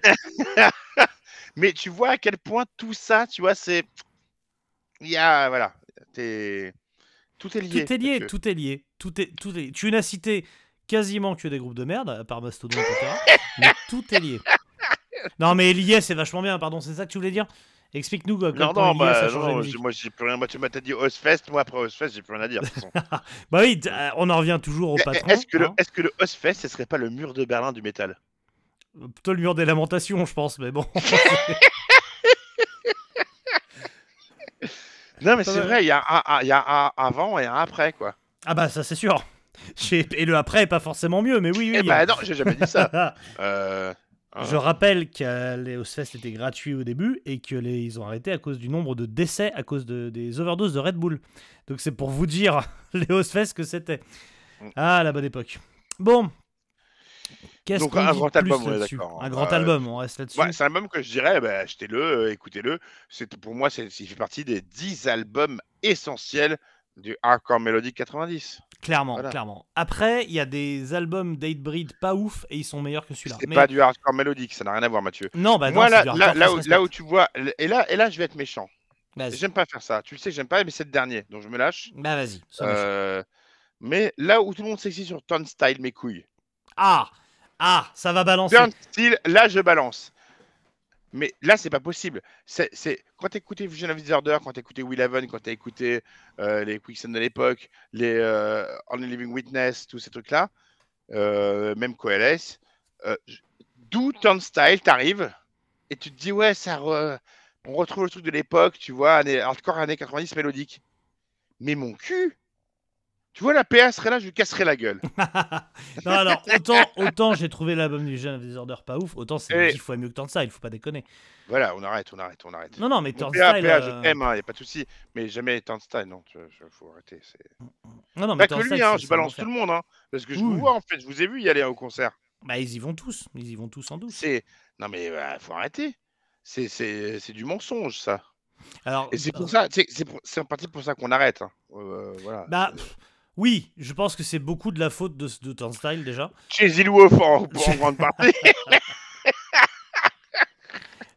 Speaker 1: mais tu vois à quel point tout ça, tu vois, c'est. Il y a. Voilà. t'es- Tout est
Speaker 2: tout
Speaker 1: lié.
Speaker 2: est lié,
Speaker 1: Mathieu.
Speaker 2: tout est lié, tout est tout est. lié. Tu n'as cité quasiment que des groupes de merde à part Mastodon etc. mais tout est lié. Non mais lié c'est vachement bien. Pardon, c'est ça que tu voulais dire Explique-nous quoi,
Speaker 1: Non,
Speaker 2: comment
Speaker 1: non,
Speaker 2: lié, ça
Speaker 1: bah,
Speaker 2: a changé
Speaker 1: non,
Speaker 2: la
Speaker 1: non,
Speaker 2: musique.
Speaker 1: j'ai- moi j'ai plus rien. Moi, tu m'as t'as dit Ozfest, moi après Ozfest, j'ai plus rien à dire. de toute façon.
Speaker 2: Bah oui, t- euh, on en revient toujours au patron.
Speaker 1: Est-ce que, le,
Speaker 2: hein.
Speaker 1: est-ce que le Ozfest, ce serait pas le mur de Berlin du métal
Speaker 2: Plutôt le mur des lamentations, je pense, mais bon.
Speaker 1: Non, mais
Speaker 2: Pas
Speaker 1: c'est
Speaker 2: mal.
Speaker 1: vrai, il y a un- un- il y a un avant et un après, quoi.
Speaker 2: ah bah ça c'est sûr. J'ai- Et le après est pas forcément mieux, mais oui, oui.
Speaker 1: Eh bah,
Speaker 2: hein.
Speaker 1: non, j'ai jamais dit ça. Euh, hein.
Speaker 2: Je rappelle que les Ozfest étaient gratuits au début et que les ils ont arrêté à cause du nombre de décès à cause de- des overdoses de Red Bull. Donc c'est pour vous dire les Ozfest que c'était.
Speaker 1: Mm.
Speaker 2: Ah la bonne époque. Bon. Qu'est-ce
Speaker 1: Donc,
Speaker 2: qu'on
Speaker 1: un
Speaker 2: dit
Speaker 1: grand
Speaker 2: de
Speaker 1: album,
Speaker 2: plus
Speaker 1: on est
Speaker 2: là-dessus
Speaker 1: d'accord, hein.
Speaker 2: Un grand
Speaker 1: Euh,
Speaker 2: album, on reste là-dessus.
Speaker 1: Ouais, c'est un album que je dirais, bah, achetez-le, euh, écoutez-le. C'est, pour moi, c'est, il fait partie des 10 albums essentiels du Hardcore Melody 90.
Speaker 2: clairement,
Speaker 1: voilà.
Speaker 2: clairement. Après, il y a des albums Datebreed pas ouf et ils sont meilleurs que celui-là.
Speaker 1: C'est
Speaker 2: Mais-
Speaker 1: pas du Hardcore mélodique, ça n'a rien à voir, Mathieu.
Speaker 2: Non, bah
Speaker 1: Moi,
Speaker 2: non,
Speaker 1: là,
Speaker 2: c'est du
Speaker 1: là, là
Speaker 2: hardcore, ça se
Speaker 1: où,
Speaker 2: respecte.
Speaker 1: là où tu vois, et là, et là, je vais être méchant.
Speaker 2: Vas-y.
Speaker 1: J'aime pas faire ça. Tu le sais, que j'aime pas, mais c'est le dernier, donc je me lâche.
Speaker 2: Bah vas-y. sois méchant.
Speaker 1: Euh, mais là où tout le monde s'excite sur Turnstile, mes couilles.
Speaker 2: Ah Ah, ça va balancer.
Speaker 1: Turnstile, là, je balance. Mais là, c'est pas possible. C'est, c'est... Quand t'écoutais Vision of Disorder, quand t'écoutais Will Haven, quand t'as écouté euh, les Quicksand de l'époque, les euh, Only Living Witness, tous ces trucs-là, euh, même Coalesce, euh, j- d'où Turnstile t'arrive et tu te dis, ouais, ça re- on retrouve le truc de l'époque, tu vois, année, hardcore années 90 mélodique. Mais mon cul Tu vois, la PA serait là, je lui casserais la gueule.
Speaker 2: Non, alors, autant, autant j'ai trouvé l'album du jeune Disorder pas ouf, autant c'est
Speaker 1: Eh.
Speaker 2: 10 fois mieux que tant de ça, il faut pas déconner.
Speaker 1: Voilà, on arrête, on arrête, on arrête.
Speaker 2: Non, non, mais
Speaker 1: Mon
Speaker 2: Turnstile.
Speaker 1: PA, PA, je
Speaker 2: euh,
Speaker 1: t'aime, il n'y a pas de souci. Mais jamais Turnstile, non, tu vois, faut arrêter. c'est-
Speaker 2: Non, non, mais
Speaker 1: Pas que
Speaker 2: Turnstile,
Speaker 1: lui, hein,
Speaker 2: c'est-
Speaker 1: je
Speaker 2: c'est un
Speaker 1: balance
Speaker 2: enfer.
Speaker 1: tout le monde, hein, parce que je
Speaker 2: Oui,
Speaker 1: vous
Speaker 2: oui.
Speaker 1: vois en fait, je vous ai vu y aller au concert.
Speaker 2: Bah, ils y vont tous, ils y vont tous en douce.
Speaker 1: C'est non mais euh, faut arrêter. C'est c'est c'est du mensonge ça.
Speaker 2: Alors,
Speaker 1: Et c'est pour ça, c'est c'est pour- c'est en partie pour ça qu'on arrête. hein. Euh, voilà.
Speaker 2: Bah, pff, oui, je pense que c'est beaucoup de la faute de, de Turnstile déjà.
Speaker 1: Chez Zilou en, en grande partie.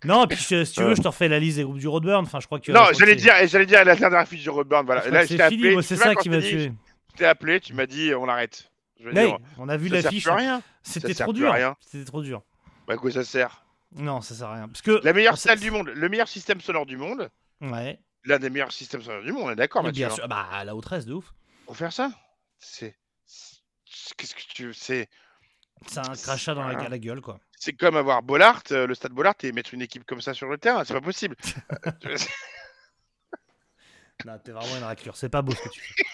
Speaker 2: Non, et puis je- si tu veux, je te refais la liste des groupes du Roadburn. Enfin, je crois que.
Speaker 1: Euh. non,
Speaker 2: je crois
Speaker 1: j'allais
Speaker 2: que
Speaker 1: dire, et j'allais dire la dernière fiche du Roadburn.
Speaker 2: c'est- je
Speaker 1: Voilà. Là,
Speaker 2: crois que
Speaker 1: je t'ai
Speaker 2: c'est
Speaker 1: appelé.
Speaker 2: fini, moi,
Speaker 1: tu
Speaker 2: c'est
Speaker 1: vois,
Speaker 2: ça
Speaker 1: quand
Speaker 2: qui
Speaker 1: je
Speaker 2: m'a
Speaker 1: t'ai dit-
Speaker 2: tué.
Speaker 1: Je t'ai appelé, tu m'as dit on l'arrête. Je veux
Speaker 2: Hey,
Speaker 1: dire,
Speaker 2: on a vu hein.
Speaker 1: ça sert
Speaker 2: l'affiche.
Speaker 1: plus à rien.
Speaker 2: C'était
Speaker 1: Ça sert
Speaker 2: trop
Speaker 1: plus
Speaker 2: dur. hein.
Speaker 1: à rien.
Speaker 2: C'était trop dur.
Speaker 1: Bah, à quoi ça sert
Speaker 2: Non, ça sert à rien. Parce que.
Speaker 1: La meilleure
Speaker 2: on sait-
Speaker 1: salle du monde, le meilleur système sonore du monde,
Speaker 2: Ouais.
Speaker 1: l'un des meilleurs systèmes sonores du monde. On est d'accord,
Speaker 2: mais
Speaker 1: Mathieu.
Speaker 2: bien
Speaker 1: hein.
Speaker 2: sûr. Bah, la haute reste de ouf.
Speaker 1: Pour faire ça, c'est c'est- qu'est-ce que tu c'est
Speaker 2: C'est un crachat dans la, la gueule, quoi.
Speaker 1: c'est comme avoir Bollard, euh, le stade Bollard, et mettre une équipe comme ça sur le terrain, c'est pas possible.
Speaker 2: Non, t'es vraiment une raclure. C'est pas beau ce que tu fais.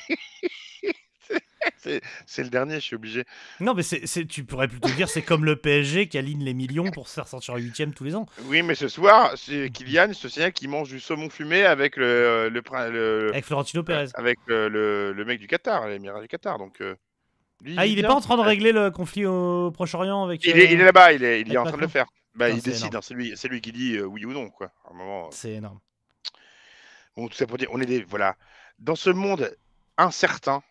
Speaker 1: C'est le dernier, je suis obligé.
Speaker 2: Non, mais c'est, c'est- tu pourrais plutôt dire c'est comme le PSG qui aligne les millions pour se faire sortir en huitième tous les ans.
Speaker 1: Oui, mais ce soir, c'est Kylian, ce signal qui mange du saumon fumé avec le, le, prin- le-
Speaker 2: Avec Florentino Pérez.
Speaker 1: avec le, le- le mec du Qatar, l'émirat du Qatar. Donc, euh, lui,
Speaker 2: Ah, il est
Speaker 1: vient.
Speaker 2: pas en train de régler le conflit au Proche-Orient avec. euh,
Speaker 1: Il est, il est là-bas, il est, il est
Speaker 2: avec
Speaker 1: en train de le
Speaker 2: Macron.
Speaker 1: faire. Bah,
Speaker 2: Putain,
Speaker 1: il
Speaker 2: c'est
Speaker 1: décide,
Speaker 2: énorme.
Speaker 1: hein, c'est lui, c'est lui qui dit euh, oui ou non, quoi. À un moment, euh.
Speaker 2: C'est énorme.
Speaker 1: Bon, tout ça pour dire, on est des, voilà, dans ce monde incertain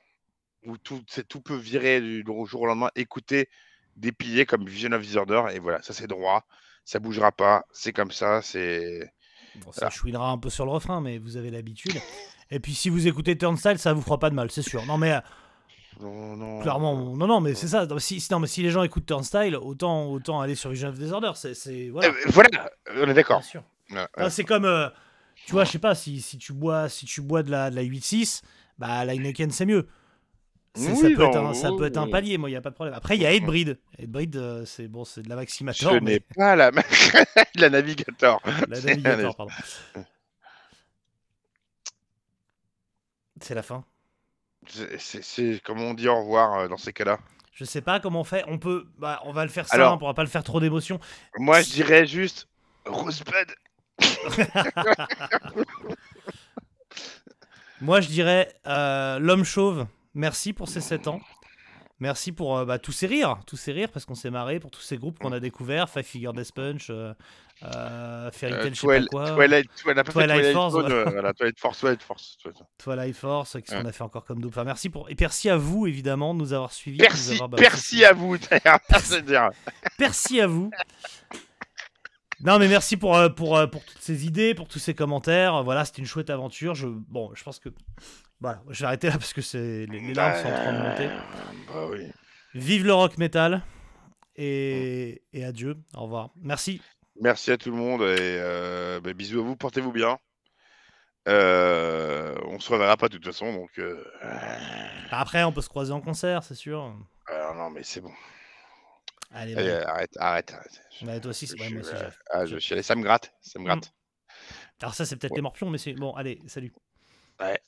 Speaker 1: où tout, c'est- tout peut virer du jour au lendemain. Écoutez des piliers comme Vision of Disorder et voilà, ça c'est droit, ça bougera pas, c'est comme ça, c'est.
Speaker 2: Bon, ça chouinera un peu sur le refrain, mais vous avez l'habitude. Et puis si vous écoutez Turnstile, ça vous fera pas de mal, c'est sûr. Non mais euh,
Speaker 1: Non, non.
Speaker 2: clairement, on- non non, mais c'est ça. Non, si, si- non, mais si les gens écoutent Turnstile, autant autant aller sur Vision of Disorder. C'est c'est
Speaker 1: Euh,
Speaker 2: voilà.
Speaker 1: voilà, on est
Speaker 2: Bien
Speaker 1: d'accord.
Speaker 2: sûr.
Speaker 1: Euh, euh,
Speaker 2: Enfin, c'est comme euh, tu vois, je sais pas si, si tu bois si tu bois de la de la 8-6, bah la Heineken c'est mieux. C'est- ça,
Speaker 1: Oui,
Speaker 2: peut être
Speaker 1: non,
Speaker 2: un, ça peut être un
Speaker 1: oui.
Speaker 2: palier, moi, il n'y a pas de problème. Après, il y a Headbreed. Headbreed, euh, c'est bon, c'est de la Maximator.
Speaker 1: Ce
Speaker 2: mais-
Speaker 1: n'est pas la même de la navigator.
Speaker 2: La
Speaker 1: C'est-
Speaker 2: navigateur, pardon. C'est la fin.
Speaker 1: C'est- C'est c'est comme on dit au revoir euh, dans ces cas-là.
Speaker 2: Je sais pas comment on fait. On peut, bah, on va le faire ça.
Speaker 1: Alors-
Speaker 2: on pourra pas le faire trop d'émotion.
Speaker 1: Moi, je dirais juste Rosebud.
Speaker 2: Moi, je dirais euh, l'homme chauve. Merci pour ces 7 ans. Merci pour euh, bah, tous ces rires, tous ces rires parce qu'on s'est marré pour tous ces groupes qu'on a découverts. Five Figure Death Punch, euh, euh, Fairy
Speaker 1: Euh,
Speaker 2: Tail, je sais pas
Speaker 1: Twilight-
Speaker 2: quoi.
Speaker 1: Twilight Twilight- pas fait
Speaker 2: Twilight
Speaker 1: Twilight
Speaker 2: Force,
Speaker 1: Zone,
Speaker 2: voilà.
Speaker 1: euh, voilà, Twilight Force, Twilight Force. Twilight Force.
Speaker 2: Twilight Force, qu'est-ce qu'on a fait encore comme dope. Enfin, merci pour et merci à vous évidemment de nous avoir suivis. de nous
Speaker 1: Merci,
Speaker 2: avoir balancé
Speaker 1: merci à vous. d'ailleurs, c'est dire.
Speaker 2: Merci à vous. Non mais merci pour, euh, pour, euh, pour toutes ces idées, pour tous ces commentaires. Voilà, c'était une chouette aventure. Je, bon, je pense que... Voilà, je vais arrêter là parce que c'est, les, les larmes sont en train de monter.
Speaker 1: Bah oui.
Speaker 2: Vive le rock metal et, et adieu. Au revoir. Merci.
Speaker 1: Merci à tout le monde et euh, bah, bisous à vous. Portez-vous bien. Euh, on se reverra pas de toute façon, donc. euh,
Speaker 2: Après, on peut se croiser en concert, c'est sûr.
Speaker 1: alors euh, non, mais c'est bon.
Speaker 2: Allez,
Speaker 1: Allez,
Speaker 2: vas-y.
Speaker 1: arrête, arrête, arrête.
Speaker 2: Ouais, toi aussi, c'est ouais, moi aussi.
Speaker 1: Je-
Speaker 2: j'arrive.
Speaker 1: Ah, je suis allé, ça me gratte, ça me gratte.
Speaker 2: Alors ça, c'est peut-être les morpions, mais c'est... Bon, allez, salut.
Speaker 1: Ouais.